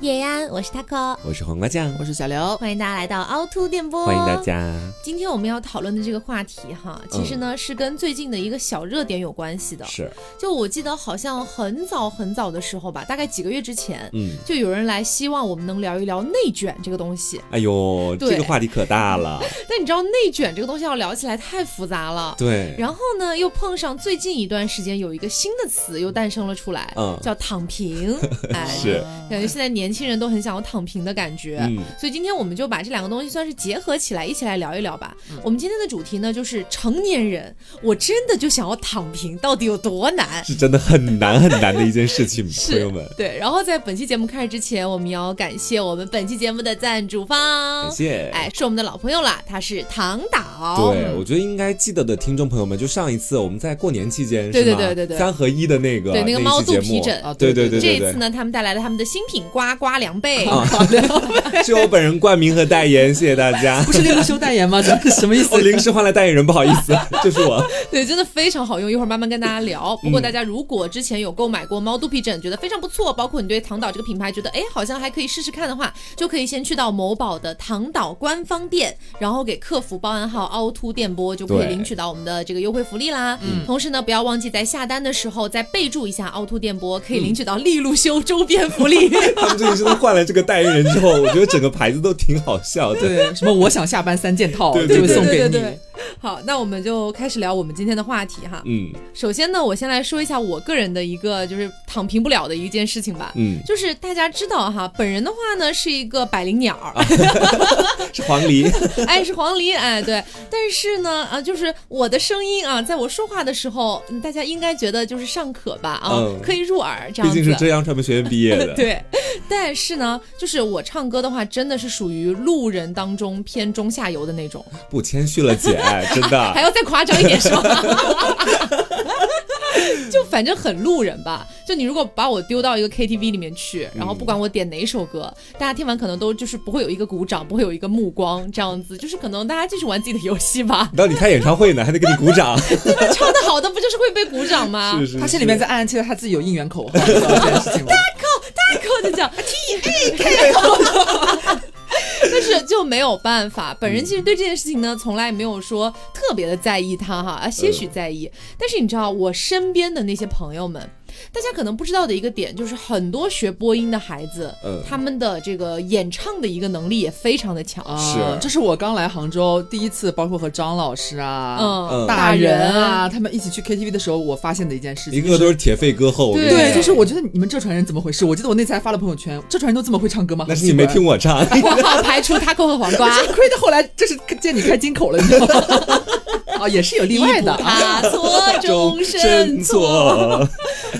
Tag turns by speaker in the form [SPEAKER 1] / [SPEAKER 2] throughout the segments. [SPEAKER 1] 叶安，我是 Taco，
[SPEAKER 2] 我是黄瓜酱，
[SPEAKER 3] 我是小刘，
[SPEAKER 1] 欢迎大家来到凹凸电波，
[SPEAKER 2] 欢迎大。家。嗯
[SPEAKER 1] 今天我们要讨论的这个话题哈，其实呢、是跟最近的一个小热点有关系的。
[SPEAKER 2] 是，
[SPEAKER 1] 就我记得好像很早很早的时候吧，大概几个月之前，
[SPEAKER 2] 嗯，
[SPEAKER 1] 就有人来希望我们能聊一聊内卷这个东西。
[SPEAKER 2] 哎呦，
[SPEAKER 1] 对
[SPEAKER 2] 这个话题可大了，
[SPEAKER 1] 但你知道内卷这个东西要聊起来太复杂了。
[SPEAKER 2] 对，
[SPEAKER 1] 然后呢，又碰上最近一段时间有一个新的词又诞生了出来，
[SPEAKER 2] 嗯
[SPEAKER 1] 叫“躺 平”。哎，
[SPEAKER 2] 是
[SPEAKER 1] 感觉现在年轻人都很想要躺平的感觉。
[SPEAKER 2] 嗯，
[SPEAKER 1] 所以今天我们就把这两个东西算是结合起来，一起来聊一聊吧。我们今天的主题呢，就是成年人，我真的就想要躺平，到底有多难？
[SPEAKER 2] 是真的很难很难的一件事 情，
[SPEAKER 1] 是
[SPEAKER 2] 朋友们，
[SPEAKER 1] 对。然后在本期节目开始之前，我们也要感谢我们本期节目的赞助方
[SPEAKER 2] 感，谢。
[SPEAKER 1] 哎，是我们的老朋友啦，他是唐导。
[SPEAKER 2] 对，我觉得应该记得的听众朋友们，就上一次我们在过年期间，
[SPEAKER 1] 对
[SPEAKER 2] 是吗
[SPEAKER 1] 对对对对
[SPEAKER 2] 三合一的那个，
[SPEAKER 1] 对那
[SPEAKER 2] 那
[SPEAKER 1] 个
[SPEAKER 2] 一期
[SPEAKER 1] 猫肚
[SPEAKER 2] 节
[SPEAKER 1] 皮
[SPEAKER 2] 目
[SPEAKER 1] 疹
[SPEAKER 3] 啊
[SPEAKER 2] 对
[SPEAKER 3] 对
[SPEAKER 2] 对
[SPEAKER 1] 这
[SPEAKER 2] 对
[SPEAKER 1] 一次
[SPEAKER 2] 对，
[SPEAKER 1] 呢， 他们带来了他们的新品呱呱凉 被，
[SPEAKER 2] 是我本人冠名和代言，谢谢大 家。
[SPEAKER 3] 不是那个修代言吗？这是什么意思
[SPEAKER 2] 我？临时换了代言人，不好意 思，就是我。
[SPEAKER 1] 对，真的非常好用，一会儿慢慢跟大家聊。不过大家如果之前有购买过猫肚皮枕，觉得非常不错，包括你对唐岛这个品牌觉得哎好像还可以试试看的话，就可以先去到某宝的唐岛官方店，然后给客服报暗号凹凸电波，就可以
[SPEAKER 2] 对
[SPEAKER 1] 领取到我们的这个优惠福利啦。同时呢，不要忘记在下单的时候再备注一下凹凸电波，可以领取到利路修周边福利。
[SPEAKER 2] 他们这一次都换了这个代言人之后，我觉得整个牌子都挺好笑的。
[SPEAKER 3] 对，什么我想下班三件套，
[SPEAKER 2] 对
[SPEAKER 3] 这
[SPEAKER 2] 对
[SPEAKER 3] 个
[SPEAKER 2] 对
[SPEAKER 3] 送给
[SPEAKER 1] 对对
[SPEAKER 3] 你
[SPEAKER 1] 对。，好，那我们就开始聊我们今天的话题哈。
[SPEAKER 2] 嗯
[SPEAKER 1] 首先呢，我先来说一下我个人的一个就是躺平不了的一件事情吧。
[SPEAKER 2] 嗯，
[SPEAKER 1] 就是大家知道哈，本人的话呢是一个百灵鸟，
[SPEAKER 2] 是黄鹂。
[SPEAKER 1] 哎是黄鹂，哎对，但是呢啊，就是我的声音啊，在我说话的时候，嗯大家应该觉得就是尚可吧啊，
[SPEAKER 2] 嗯
[SPEAKER 1] 可以入耳这
[SPEAKER 2] 毕
[SPEAKER 1] 样
[SPEAKER 2] 竟是
[SPEAKER 1] 子。
[SPEAKER 2] 浙江传媒学院毕业的，
[SPEAKER 1] 对，但是呢，就是我唱歌的话，真的是属于路人当中偏中下游的那种，
[SPEAKER 2] 不谦虚了， 姐，真
[SPEAKER 1] 还
[SPEAKER 2] 的。
[SPEAKER 1] 要再夸张一点说。就反正很路人吧，就你如果把我丢到一个 KTV 里面去，然后不管我点哪首歌，大家听完可能都就是不会有一个鼓掌，不会有一个目光这样子，就是可能大家继续玩自己的游戏吧
[SPEAKER 2] 。到底开演唱会呢，还得给你鼓掌，
[SPEAKER 1] 唱的好的不就是会被鼓掌吗？
[SPEAKER 2] 是是。
[SPEAKER 3] 他心里面在暗暗期待他自己有应援口号，你知 道这件事情吗？
[SPEAKER 1] 大口就讲
[SPEAKER 3] 哎
[SPEAKER 1] T E K O。但 是就没有办法，本人其实对这件事情呢，从来没有说特别的在意它哈，啊，些许在意。但是你知道，我身边的那些朋友们，大家可能不知道的一个点，就是很多学播音的孩子，
[SPEAKER 2] 嗯
[SPEAKER 1] 他们的这个演唱的一个能力也非常的强，
[SPEAKER 3] 啊，
[SPEAKER 2] 是
[SPEAKER 3] 这是我刚来杭州第一次，包括和张老师啊，
[SPEAKER 1] 嗯，
[SPEAKER 2] 嗯
[SPEAKER 3] 大人
[SPEAKER 1] 人
[SPEAKER 3] 啊，，他们一起去 KTV 的时候，我发现的一件事情，
[SPEAKER 2] 一个个都是铁肺歌后，我跟你
[SPEAKER 1] 对
[SPEAKER 3] 对，
[SPEAKER 2] 讲
[SPEAKER 3] 就是我觉得你们浙传人怎么回事？我记得我那次还发了朋友圈，浙传人都这么会唱歌吗？
[SPEAKER 2] 那是你没听
[SPEAKER 3] 过。
[SPEAKER 2] 我唱，
[SPEAKER 1] 括号排除 taco 和黄瓜，
[SPEAKER 3] 亏的后来 这是见你开金口了，你知道吗？ 啊，也是有例外 的
[SPEAKER 1] 一步
[SPEAKER 3] 啊。，
[SPEAKER 1] 踏错终身
[SPEAKER 2] 身
[SPEAKER 1] 错。
[SPEAKER 2] 错，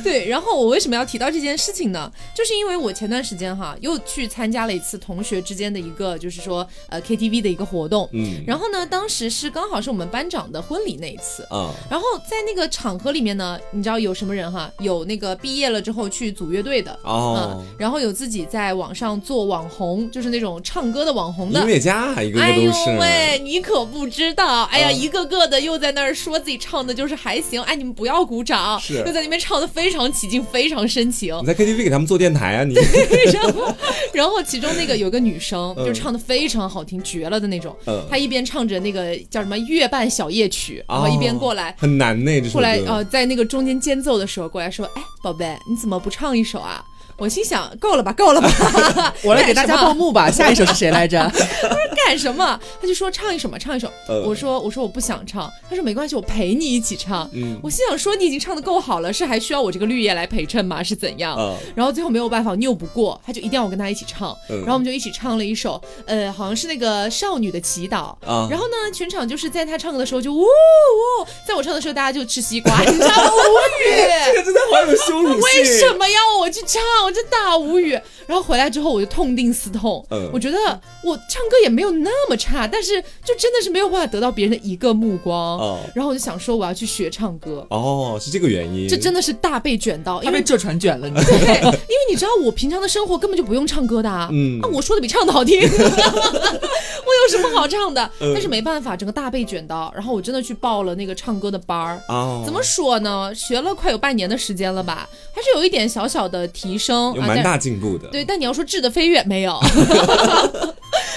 [SPEAKER 1] 对，然后我为什么要提到这件事情呢？就是因为我前段时间哈又去参加了一次同学之间的一个，就是说呃 KTV 的一个活动。
[SPEAKER 2] 嗯
[SPEAKER 1] 然后呢，当时是刚好是我们班长的婚礼那一次。
[SPEAKER 2] 啊，
[SPEAKER 1] 然后在那个场合里面呢，你知道有什么人哈？有那个毕业了之后去组乐队的，
[SPEAKER 2] 哦
[SPEAKER 1] 嗯，，然后有自己在网上做网红，就是那种唱歌的网红的
[SPEAKER 2] 音。乐家啊一个
[SPEAKER 1] 哎
[SPEAKER 2] 个
[SPEAKER 1] 呦
[SPEAKER 2] 都是，
[SPEAKER 1] 喂，你可不知道，哎呀，
[SPEAKER 2] 嗯
[SPEAKER 1] 一个个的又在那儿说自己唱的就是还行，哎，你们不要鼓掌，
[SPEAKER 2] 是
[SPEAKER 1] 又在那边唱的非常起劲，非常深情。
[SPEAKER 2] 你在 KTV 给他们做电台啊，你
[SPEAKER 1] 然后， 然后其中那个有个女生，
[SPEAKER 2] 嗯
[SPEAKER 1] 就唱的非常好听，绝了的那种
[SPEAKER 2] 嗯。
[SPEAKER 1] 她一边唱着那个叫什么月半小夜曲，然后一边过来
[SPEAKER 2] 哦，很难呢，这首
[SPEAKER 1] 过来
[SPEAKER 2] 歌
[SPEAKER 1] 呃，在那个中间间奏的时候过来说，哎，宝贝，你怎么不唱一首啊？我心想，够了吧，够了 吧
[SPEAKER 3] 我来给大家
[SPEAKER 1] 干什么
[SPEAKER 3] 报幕吧，下一首是谁来着？
[SPEAKER 1] 干什么？他就说唱一首嘛，唱一首。
[SPEAKER 2] 嗯
[SPEAKER 1] 我说我说我不想唱，他说没关系，我陪你一起唱。
[SPEAKER 2] 嗯
[SPEAKER 1] 我心想说你已经唱的够好了，是还需要我这个绿叶来陪衬吗？是怎样？
[SPEAKER 2] 啊，
[SPEAKER 1] 然后最后没有办法拗不过，他就一定要我跟他一起唱，
[SPEAKER 2] 嗯
[SPEAKER 1] 然后我们就一起唱了一首，呃，好像是那个少女的祈祷。
[SPEAKER 2] 啊
[SPEAKER 1] 然后呢，全场就是在他唱歌的时候就呜呜，在我唱的时候大家就吃西瓜，你知道吗？无
[SPEAKER 2] 这
[SPEAKER 1] 语，
[SPEAKER 2] 个真的好有羞辱 性，
[SPEAKER 1] 为什？么要我去唱？我真大无语。然后回来之后我就痛定思痛，
[SPEAKER 2] 嗯
[SPEAKER 1] 我觉得我唱歌也没有那么差，但是就真的是没有办法得到别人的一个目光。
[SPEAKER 2] 哦
[SPEAKER 1] 然后我就想说我要去学唱歌，
[SPEAKER 2] 哦，是这个原因，
[SPEAKER 1] 这真的是大被卷到，因
[SPEAKER 3] 他
[SPEAKER 1] 为
[SPEAKER 3] 被浙传卷了，你知道 吗？
[SPEAKER 1] 对，因为你知道我平常的生活根本就不用唱歌的啊，
[SPEAKER 2] 嗯
[SPEAKER 1] 啊，我说的比唱的 好听，我有什么好唱的？
[SPEAKER 2] 嗯
[SPEAKER 1] 但是没办法，整个大被卷到，然后我真的去报了那个唱歌的班儿。
[SPEAKER 2] 哦，
[SPEAKER 1] 怎么说呢？学了快有半年的时间了吧，还是有一点小小的提升
[SPEAKER 2] 有
[SPEAKER 1] 啊。
[SPEAKER 2] 蛮
[SPEAKER 1] 但
[SPEAKER 2] 大进步的，
[SPEAKER 1] 对对，但你要说质的飞跃没有。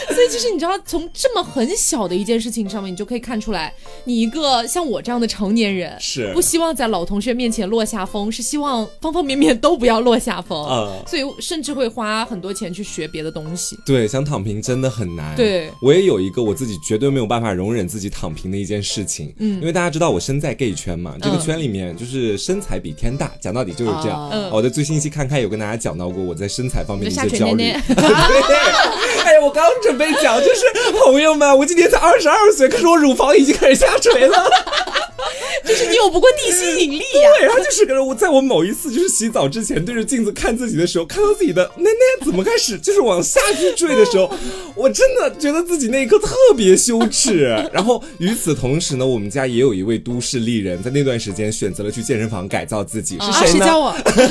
[SPEAKER 1] 所以其实你知道，从这么很小的一件事情上面，你就可以看出来，你一个像我这样的成年人，
[SPEAKER 2] 是
[SPEAKER 1] 不希望在老同学面前落下风，是希望方方面面都不要落下风，
[SPEAKER 2] 啊
[SPEAKER 1] 所以甚至会花很多钱去学别的东西。
[SPEAKER 2] 对，想躺平真的很难。
[SPEAKER 1] 对
[SPEAKER 2] 我也有一个我自己绝对没有办法容忍自己躺平的一件事情。嗯，因为大家知道我身在 gay 圈嘛，这个
[SPEAKER 1] 嗯哦
[SPEAKER 2] 圈里面就是身材比天大，讲到底就是这样。
[SPEAKER 3] 啊
[SPEAKER 1] 嗯
[SPEAKER 2] 我在最新一期看开有跟大家讲到过我在身材方面的一些
[SPEAKER 1] 你的
[SPEAKER 2] 焦
[SPEAKER 1] 下垂
[SPEAKER 2] 虑
[SPEAKER 1] 捏。
[SPEAKER 2] 对，哎呀，我刚准备讲，就是朋友们，我今年才二十二岁，可是我乳房已经开始下垂了。
[SPEAKER 1] 就是你有不过地心引力呀、
[SPEAKER 2] 对，然后就是个我在我某一次就是洗澡之前对着镜子看自己的时候，看到自己的那那怎么开始就是往下去坠的时候， 我真的觉得自己那一刻特别羞 耻。然后与此同时呢，我们家也有一位都市丽人，在那段时间选择了去健身房改造自己，是
[SPEAKER 1] 啊
[SPEAKER 2] 谁
[SPEAKER 3] 谁
[SPEAKER 2] 呢？
[SPEAKER 3] 教我？谁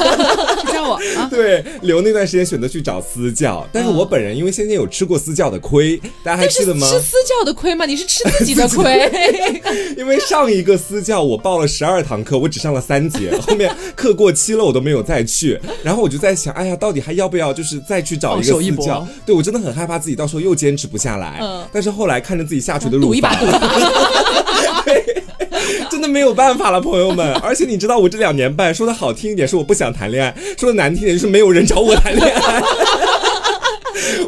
[SPEAKER 3] 教我啊？
[SPEAKER 2] 对，刘那段时间选择去找私教，但是我本人因为先前有吃过私教的亏，大家还
[SPEAKER 1] 啊但是
[SPEAKER 2] 记得吗？
[SPEAKER 1] 吃私教的亏吗？你是吃自己的亏。
[SPEAKER 2] 因为上一个私教我报了十二堂课，我只上了三节， 后面课过期了我都没有再去。然后我就在想，哎呀，到底还要不要就是再去找一
[SPEAKER 3] 放
[SPEAKER 2] 个
[SPEAKER 3] 手一
[SPEAKER 2] 私
[SPEAKER 3] 搏
[SPEAKER 2] 教？对我真的很害怕自己到时候又坚持不下来。
[SPEAKER 1] 嗯
[SPEAKER 2] 但是后来看着自己下垂的乳
[SPEAKER 3] 赌一把，
[SPEAKER 2] 房
[SPEAKER 3] 赌一把。
[SPEAKER 2] 真的没有办法了，朋友们。而且你知道，我这两年半说的好听一点是我不想谈恋爱，说的难听一点就是没有人找我谈恋爱。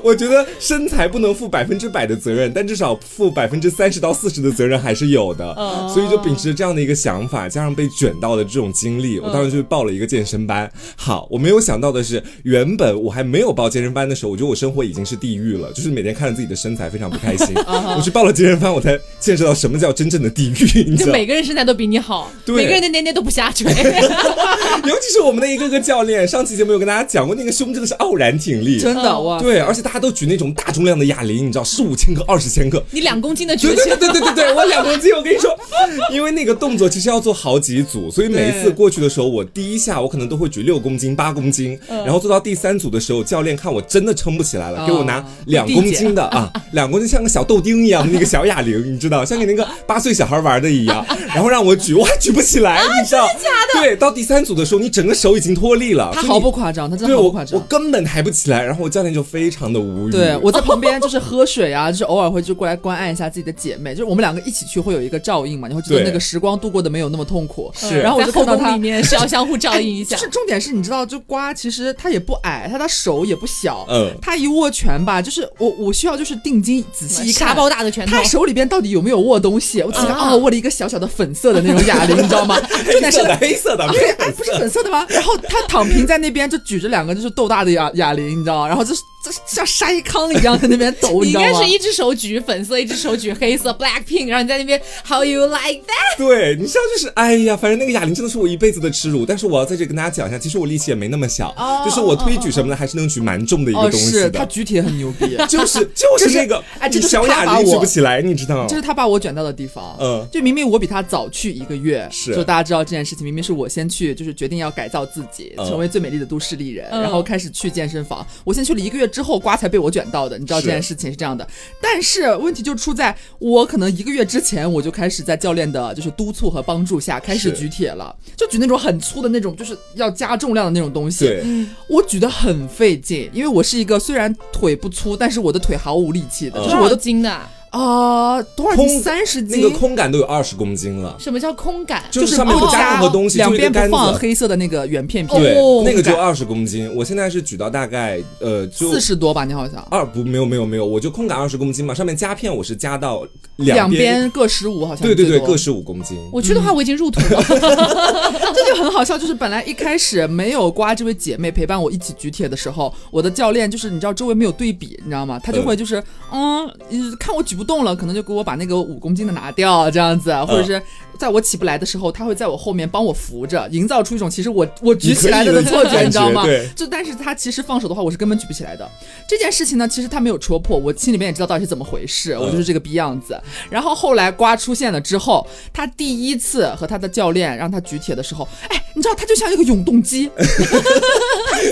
[SPEAKER 2] 我觉得身材不能负百分之百的责任，但至少负百分之三十到四十的责任还是有的。
[SPEAKER 3] 嗯
[SPEAKER 2] 所以就秉持这样的一个想法，加上被卷到的这种经
[SPEAKER 3] 嗯
[SPEAKER 2] 历，我当时就报了一个健身班。好，我没有想到的是，原本我还没有报健身班的时候，我觉得我生活已经是地狱了，就是每天看着自己的身材非常不开 心。
[SPEAKER 3] 嗯
[SPEAKER 2] 我去报了健身班，我才见识到什么叫真正的地狱，你知
[SPEAKER 1] 就
[SPEAKER 2] 道吗？
[SPEAKER 1] 每
[SPEAKER 3] 嗯
[SPEAKER 1] 个人身材都比你好，
[SPEAKER 2] 对
[SPEAKER 1] 每个人的捏捏都不下垂。
[SPEAKER 2] 尤其是我们的一个个教练，上期节目有跟大家讲过，那个胸真的是傲然挺立，
[SPEAKER 3] 真的
[SPEAKER 1] 嗯
[SPEAKER 3] 哇！
[SPEAKER 2] 对，而且大家都举那种大重量的哑铃，你知道，十五千克、二十千克。
[SPEAKER 1] 你两公 斤的绝
[SPEAKER 2] 对对
[SPEAKER 1] 学
[SPEAKER 2] 对，对对对 对，我两公斤，我跟你说， 因为那个动作其实要做好几组，所以每一次
[SPEAKER 3] 对
[SPEAKER 2] 过去的时候，我第一下我可能都会举六公斤、八公斤，然后做到第三组的时候，教练看我真的撑不起来了，给我 拿
[SPEAKER 3] 嗯哦
[SPEAKER 2] 两公斤的啊，两公斤像个小豆丁一样的那个小哑铃，你知道，像给那个八岁小孩玩的 一样，然后让我举，我还举不起来，你知
[SPEAKER 3] 啊
[SPEAKER 2] 道？真的假的？对，到第三组的时候，你整个手已经脱力了，
[SPEAKER 3] 他
[SPEAKER 2] 所以
[SPEAKER 3] 毫
[SPEAKER 2] 啊你
[SPEAKER 3] 不夸张，他真
[SPEAKER 2] 对
[SPEAKER 3] 的毫
[SPEAKER 2] 我
[SPEAKER 3] 不夸
[SPEAKER 2] 我嗯
[SPEAKER 3] 张。
[SPEAKER 2] 根本抬不起来，然后我教练就非常的无语。
[SPEAKER 3] 对，我在旁边就是喝水啊，就是偶尔会就过来关爱一下自己的姐妹，就是我们两个一起去会有一个照应嘛，你会觉得
[SPEAKER 2] 对
[SPEAKER 3] 那个时光度过的没有那么痛苦。
[SPEAKER 2] 是
[SPEAKER 3] 然后我就
[SPEAKER 1] 在后
[SPEAKER 3] 看到
[SPEAKER 1] 宫
[SPEAKER 3] 他
[SPEAKER 1] 里面是要相互照应一下
[SPEAKER 3] 就。 是重点是，你知道，就瓜其实他也不矮，他的手也不小，
[SPEAKER 2] 嗯
[SPEAKER 3] 他一握拳吧，就是我我需要就是定睛仔细一
[SPEAKER 1] 沙
[SPEAKER 3] 看，
[SPEAKER 1] 包大的拳头
[SPEAKER 3] 他，手里边到底有没有握东西？我只看
[SPEAKER 1] 啊
[SPEAKER 3] 哦，握了一个小小的粉色的那种哑铃，你知道 吗？重
[SPEAKER 2] 黑
[SPEAKER 3] 点是
[SPEAKER 2] 色的黑色 的，
[SPEAKER 3] 对，哎，不是粉色 的吗？然后他躺平在那边，就举着两个就是豆大的哑哑铃，你知道吗？然后就是这像筛糠一样在那边抖，
[SPEAKER 1] 你
[SPEAKER 3] 知
[SPEAKER 1] 应
[SPEAKER 3] 道吗
[SPEAKER 1] 该？是一只手举粉色，一只手举黑色 （black pink），然后你在那边 How you like that？
[SPEAKER 2] 对，你知道就是，哎呀，反正那个哑铃真的是我一辈子的耻辱。但是我要在这里跟大家讲一下，其实我力气也没那么小，就是我推举什么的还是能举蛮重的一个
[SPEAKER 3] 哦，
[SPEAKER 2] 东西
[SPEAKER 3] 是他
[SPEAKER 2] 的，
[SPEAKER 3] 举铁很牛逼，
[SPEAKER 2] 就是就是那个，
[SPEAKER 3] 哎这
[SPEAKER 2] 你
[SPEAKER 3] 就是
[SPEAKER 2] 小
[SPEAKER 3] 他把
[SPEAKER 2] 哑铃举
[SPEAKER 3] 我
[SPEAKER 2] 不起来，你知道吗
[SPEAKER 3] 这？是他把我卷到的地方。
[SPEAKER 2] 哦嗯
[SPEAKER 3] 就明明我比他早去一个月，
[SPEAKER 2] 是
[SPEAKER 3] 就大家知道这件事情，明明是我先去，就是决定要改造自己，
[SPEAKER 2] 嗯
[SPEAKER 3] 成为最美丽的都市丽人，
[SPEAKER 1] 嗯
[SPEAKER 3] 然后开始去健身房。我先去了一个月之后，瓜才被我卷到的，你知道
[SPEAKER 2] 是
[SPEAKER 3] 这件事情是这样的。但是问题就出在我可能一个月之前，我就开始在教练的就是督促和帮助下开始
[SPEAKER 2] 是
[SPEAKER 3] 举铁了，就举那种很粗的那种，就是要加重量的那种东西。
[SPEAKER 2] 对，
[SPEAKER 3] 我举得很费劲，因为我是一个虽然腿不粗，但是我的腿毫无力气的，
[SPEAKER 2] 嗯
[SPEAKER 3] 就
[SPEAKER 1] 多
[SPEAKER 3] 是我
[SPEAKER 1] 少
[SPEAKER 3] 的
[SPEAKER 1] 斤的？
[SPEAKER 3] 啊、多少
[SPEAKER 2] 空
[SPEAKER 3] 斤？三十
[SPEAKER 2] 那
[SPEAKER 3] 斤。
[SPEAKER 2] 个空感都有二十公斤了，
[SPEAKER 1] 什么叫空感？
[SPEAKER 2] 就是
[SPEAKER 3] 是
[SPEAKER 2] 上面
[SPEAKER 1] 不
[SPEAKER 2] 不加
[SPEAKER 1] 加
[SPEAKER 2] 任何东西，
[SPEAKER 3] 两
[SPEAKER 2] 就一个
[SPEAKER 3] 边
[SPEAKER 2] 杆
[SPEAKER 3] 不放
[SPEAKER 2] 子。
[SPEAKER 3] 黑色的那个圆片片，
[SPEAKER 2] 对
[SPEAKER 1] 哦，
[SPEAKER 2] 那个只有
[SPEAKER 1] 杆
[SPEAKER 2] 二十公斤，我现在是举到大概呃，就
[SPEAKER 3] 四十多吧，你好像
[SPEAKER 2] 二不没有没有没有，我就空杆二十公斤嘛，上面加片我是加到
[SPEAKER 3] 两
[SPEAKER 2] 边，
[SPEAKER 3] 边各十五，好像
[SPEAKER 2] 对对
[SPEAKER 3] 最
[SPEAKER 2] 对，
[SPEAKER 3] 多
[SPEAKER 2] 各十五公斤。
[SPEAKER 1] 我去的话，我已经入土 了。
[SPEAKER 3] 这就很好笑。就是本来一开始没有瓜这位姐妹陪伴我一起举铁的时候，我的教练就是你知道周围没有对比，你知道吗？他就会就是嗯嗯看我举不动了，可能就给我把那个五公斤的拿掉这样子，或者是在我起不来的时候，他会在我后面帮我扶着，营造出一种其实我我举起来了的错
[SPEAKER 2] 你
[SPEAKER 3] 觉，
[SPEAKER 2] 可以的
[SPEAKER 3] 你知道吗？
[SPEAKER 2] 感觉对
[SPEAKER 3] 就但是他其实放手的话，我是根本举不起来的。这件事情呢，其实他没有戳破，我心里面也知道到底是怎么回事，我就是这个逼样子。然后后来瓜出现了之后，他第一次和他的教练让他举铁的时候，哎，你知道他就像一个永动机，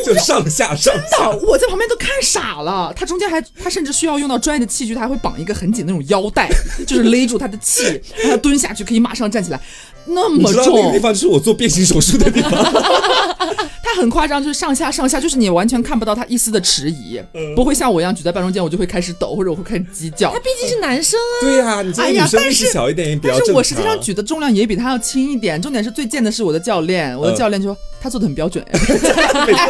[SPEAKER 2] 就上下上下
[SPEAKER 3] 到我在旁边都看傻了。他中间还他甚至需要用到专业的器具，他还会绑一个很紧的那种腰带， 就是勒住他的气，让他蹲下去可以马上站起来。那
[SPEAKER 2] 你
[SPEAKER 3] 么
[SPEAKER 2] 知道那个
[SPEAKER 3] 重
[SPEAKER 2] 地，方就是我做变形手术的地方，
[SPEAKER 3] 他他很夸张，就是上下上下，就是你完全看不到他一丝的迟疑，
[SPEAKER 2] 嗯
[SPEAKER 3] 不会像我一样举在半中间，我就会开始抖或者我会开始鸡叫
[SPEAKER 1] 他。毕竟是男生啊，
[SPEAKER 2] 对呀、你这个
[SPEAKER 3] 哎
[SPEAKER 2] 女
[SPEAKER 3] 呀
[SPEAKER 2] 生
[SPEAKER 3] 但
[SPEAKER 2] 力气
[SPEAKER 3] 是
[SPEAKER 2] 小一点也比
[SPEAKER 3] 但
[SPEAKER 2] 较
[SPEAKER 3] 是
[SPEAKER 2] 正
[SPEAKER 3] 我实际
[SPEAKER 2] 常
[SPEAKER 3] 上举的重量也比他要轻一点，重点是最贱的是我的教练，我的
[SPEAKER 2] 嗯
[SPEAKER 3] 教练就说他做的很 标准，哎
[SPEAKER 2] 每次都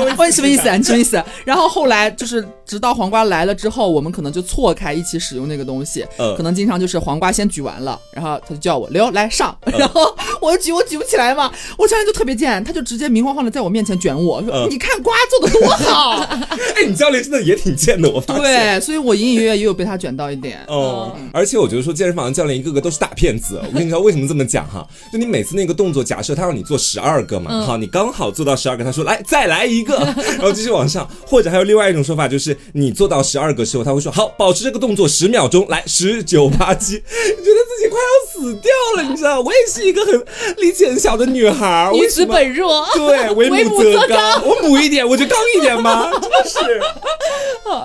[SPEAKER 3] 哎， 问什么意思啊？你什么意思啊？然后后来就是，直到黄瓜来了之后，我们可能就错开一起使用那个东西，
[SPEAKER 2] 嗯
[SPEAKER 3] 可能经常就是黄瓜先举完了，然后他就叫我刘来上，
[SPEAKER 2] 嗯
[SPEAKER 3] 然后我就举我举不起来嘛，我教练就特别贱，他就直接明晃晃的在我面前卷我，说
[SPEAKER 2] 嗯
[SPEAKER 3] 你看瓜做的 多
[SPEAKER 1] 啊
[SPEAKER 3] 好，
[SPEAKER 2] 哎，你教练真的也挺贱的，我发现。
[SPEAKER 3] 对，所以我隐隐约约也有被他卷到一点。
[SPEAKER 2] 哦，而且我觉得说健身房教练一个个都是大骗子，我跟你说为什么这么讲哈？就你每次那个动作，假设他让你做十二个嘛，
[SPEAKER 3] 嗯
[SPEAKER 2] 好，你刚好做到十二个，他说来再来一个，然后继续往上，或者还有另外一种说法，就是你做到十二个之后，他会说好，保持这个动作十秒钟，来十九八七，你觉得自己快要死掉了，你知道？我也是一个很力气很小的女孩儿，
[SPEAKER 1] 女
[SPEAKER 2] 为什
[SPEAKER 1] 子
[SPEAKER 2] 么
[SPEAKER 1] 本弱。
[SPEAKER 2] 对为
[SPEAKER 1] 为
[SPEAKER 2] 母
[SPEAKER 1] 母
[SPEAKER 2] 则
[SPEAKER 1] 则
[SPEAKER 2] 刚，我母一点我就刚一点吗？ 真的是。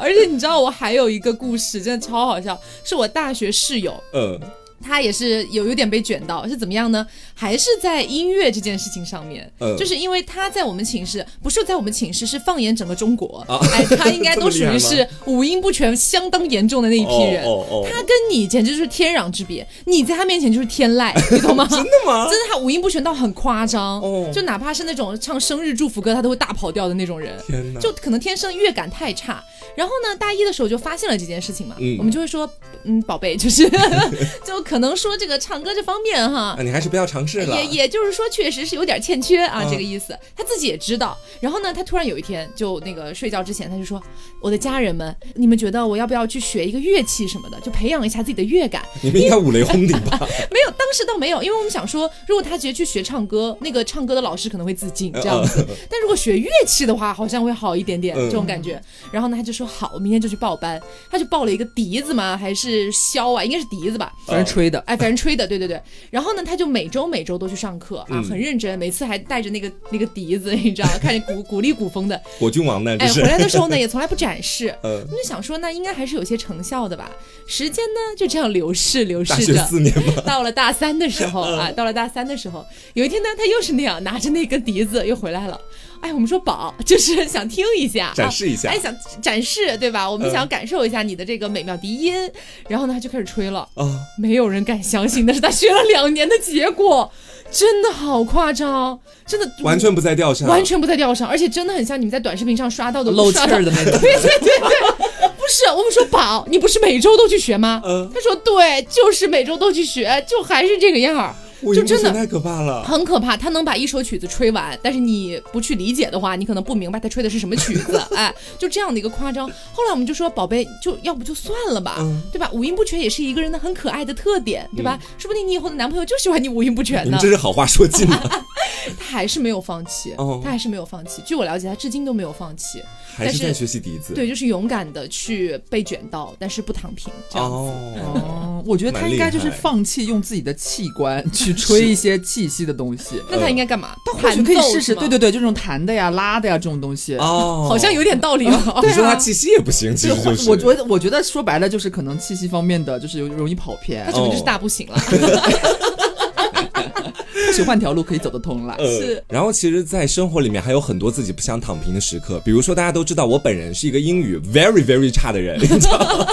[SPEAKER 1] 而且你知道，我还有一个故事，真的超好笑，是我大学室友，
[SPEAKER 2] 嗯
[SPEAKER 1] 他也是有有点被卷到，是怎么样呢？还是在音乐这件事情上面，
[SPEAKER 2] 嗯
[SPEAKER 1] 就是因为他在我们寝室，不是在我们寝室，是放眼整个中国，
[SPEAKER 2] 啊
[SPEAKER 1] 哎，他应该
[SPEAKER 2] 这么
[SPEAKER 1] 都属
[SPEAKER 2] 厉害吗
[SPEAKER 1] 于是五音不全、相当严重的那一批人。
[SPEAKER 2] 哦哦哦
[SPEAKER 1] 他跟你简直就是天壤之别，你在他面前就是天 籁，你懂吗？真的
[SPEAKER 2] 真的吗？
[SPEAKER 1] 他五音不全到很夸张，
[SPEAKER 2] 哦
[SPEAKER 1] 就哪怕是那种唱生日祝福歌，他都会大跑调的那种人。
[SPEAKER 2] 天哪！
[SPEAKER 1] 就可能天生乐感太差。然后呢，大一的时候就发现了这件事情嘛，
[SPEAKER 2] 嗯
[SPEAKER 1] 我们就会说，嗯，宝贝，就是 就可能说这个唱歌这方面哈
[SPEAKER 2] 啊，。你还是不要尝试了。
[SPEAKER 1] 也也就是说，确实是有点欠缺啊，
[SPEAKER 2] 嗯
[SPEAKER 1] 这个意思。他自己也知道。然后呢，他突然有一天就那个睡觉之前，他就说：“我的家人们，你们觉得我要不要去学一个乐器什么的，就培养一下自己的乐 感？”
[SPEAKER 2] 你们应该五雷轰顶 吧？
[SPEAKER 1] 没有，当时倒没有，因为我们想说，如果他直接去学唱歌，那个唱歌的老师可能会自尽这样子。 但如果学乐器的话，好像会好一点点
[SPEAKER 2] 嗯
[SPEAKER 1] 这种感觉。然后呢，他就说好，我明天就去报班。他就报了一个笛子嘛，还是箫啊？应该是笛子吧。
[SPEAKER 3] 反
[SPEAKER 2] 嗯
[SPEAKER 3] 正吹的，
[SPEAKER 1] 哎，反正吹的，对对对。然后呢，他就每周每周都去上课
[SPEAKER 2] 嗯
[SPEAKER 1] 啊，很认真，每次还带着那个那个笛子，你知道，看着古古丽古风的。
[SPEAKER 2] 果郡王呢？这
[SPEAKER 1] 哎，
[SPEAKER 2] 是
[SPEAKER 1] 回。来的时候呢，也从来不展示。
[SPEAKER 2] 呃，
[SPEAKER 1] 我就想说，那应该还是有些成效的吧。时间呢，就这样流逝流
[SPEAKER 2] 大
[SPEAKER 1] 逝
[SPEAKER 2] 学
[SPEAKER 1] 着。
[SPEAKER 2] 四嗯年嘛，
[SPEAKER 1] 到了大三的时候啊，到了大三的时候，有一天呢，他又是那样拿着那根笛子又回来了。哎，我们说宝，就是 想听一下，
[SPEAKER 2] 展示一下
[SPEAKER 1] 啊哎，想展示对吧？我们
[SPEAKER 2] 嗯
[SPEAKER 1] 想要感受一下你的这个美妙笛音。然后呢，他就开始吹了，
[SPEAKER 2] 哦，
[SPEAKER 1] 没有人敢相信那是他学了两年的结果，真的好夸张，真的
[SPEAKER 2] 完全不在调上，
[SPEAKER 1] 完全不在调上，而且真的很像你们在短视频上
[SPEAKER 2] 嗯
[SPEAKER 1] 刷到的
[SPEAKER 3] 漏气儿 的那种。
[SPEAKER 1] 对对对对，不是，我们说宝，你不是每周都去学吗？
[SPEAKER 2] 嗯
[SPEAKER 1] 他说对，就是每周都去学，就还是这个样儿，
[SPEAKER 2] 我
[SPEAKER 1] 就
[SPEAKER 2] 已
[SPEAKER 1] 真
[SPEAKER 2] 经觉得
[SPEAKER 1] 的。
[SPEAKER 2] 太可怕了。
[SPEAKER 1] 很可怕，他能把一首曲子吹完，但是你不去理解的话，你可能不明白他吹的是什么曲子，哎，就这样的一个夸张。后来我们就说，宝贝，就要不就算了吧，
[SPEAKER 2] 嗯
[SPEAKER 1] 对吧？五音不全也是一个人的很可爱的特点，对吧？说不定你以后的男朋友就喜欢你五音不全
[SPEAKER 2] 你
[SPEAKER 1] 呢
[SPEAKER 2] 们。这是好话说尽 了，
[SPEAKER 1] 他还是没有放弃，
[SPEAKER 2] 哦
[SPEAKER 1] 他还是没有放弃。据我了解，他至今都没有放弃。
[SPEAKER 2] 还是在学习笛子。
[SPEAKER 1] 对，就是勇敢的去被卷到，但是不躺平这样子。
[SPEAKER 2] 哦，
[SPEAKER 3] 哦，我觉得他应该就是放弃用自己的器官 去吹一些气息的东西。
[SPEAKER 1] 那他应该干嘛？
[SPEAKER 3] 他或许
[SPEAKER 1] 弹
[SPEAKER 3] 可以
[SPEAKER 1] 奏
[SPEAKER 3] 试试，
[SPEAKER 1] 是吗
[SPEAKER 3] 对，对对，就这种弹的呀、拉的呀这种东西。
[SPEAKER 2] 哦，
[SPEAKER 1] 好像有点道理哦。
[SPEAKER 2] 你说他气息也不行，其
[SPEAKER 3] 就
[SPEAKER 2] 实就是
[SPEAKER 3] 我觉得，我觉得说白了就是可能气息方面的，就是有容易跑 偏
[SPEAKER 1] 他，只能就是
[SPEAKER 2] 哦
[SPEAKER 1] 大不行了。
[SPEAKER 3] 或许换条路可以走得通了。
[SPEAKER 2] 呃
[SPEAKER 1] 是
[SPEAKER 2] 嗯然后其实，在生活里面还有很多自己不想躺平的时刻，比如说大家都知道，我本人是一个英语 very very 差的人，你 知道吗？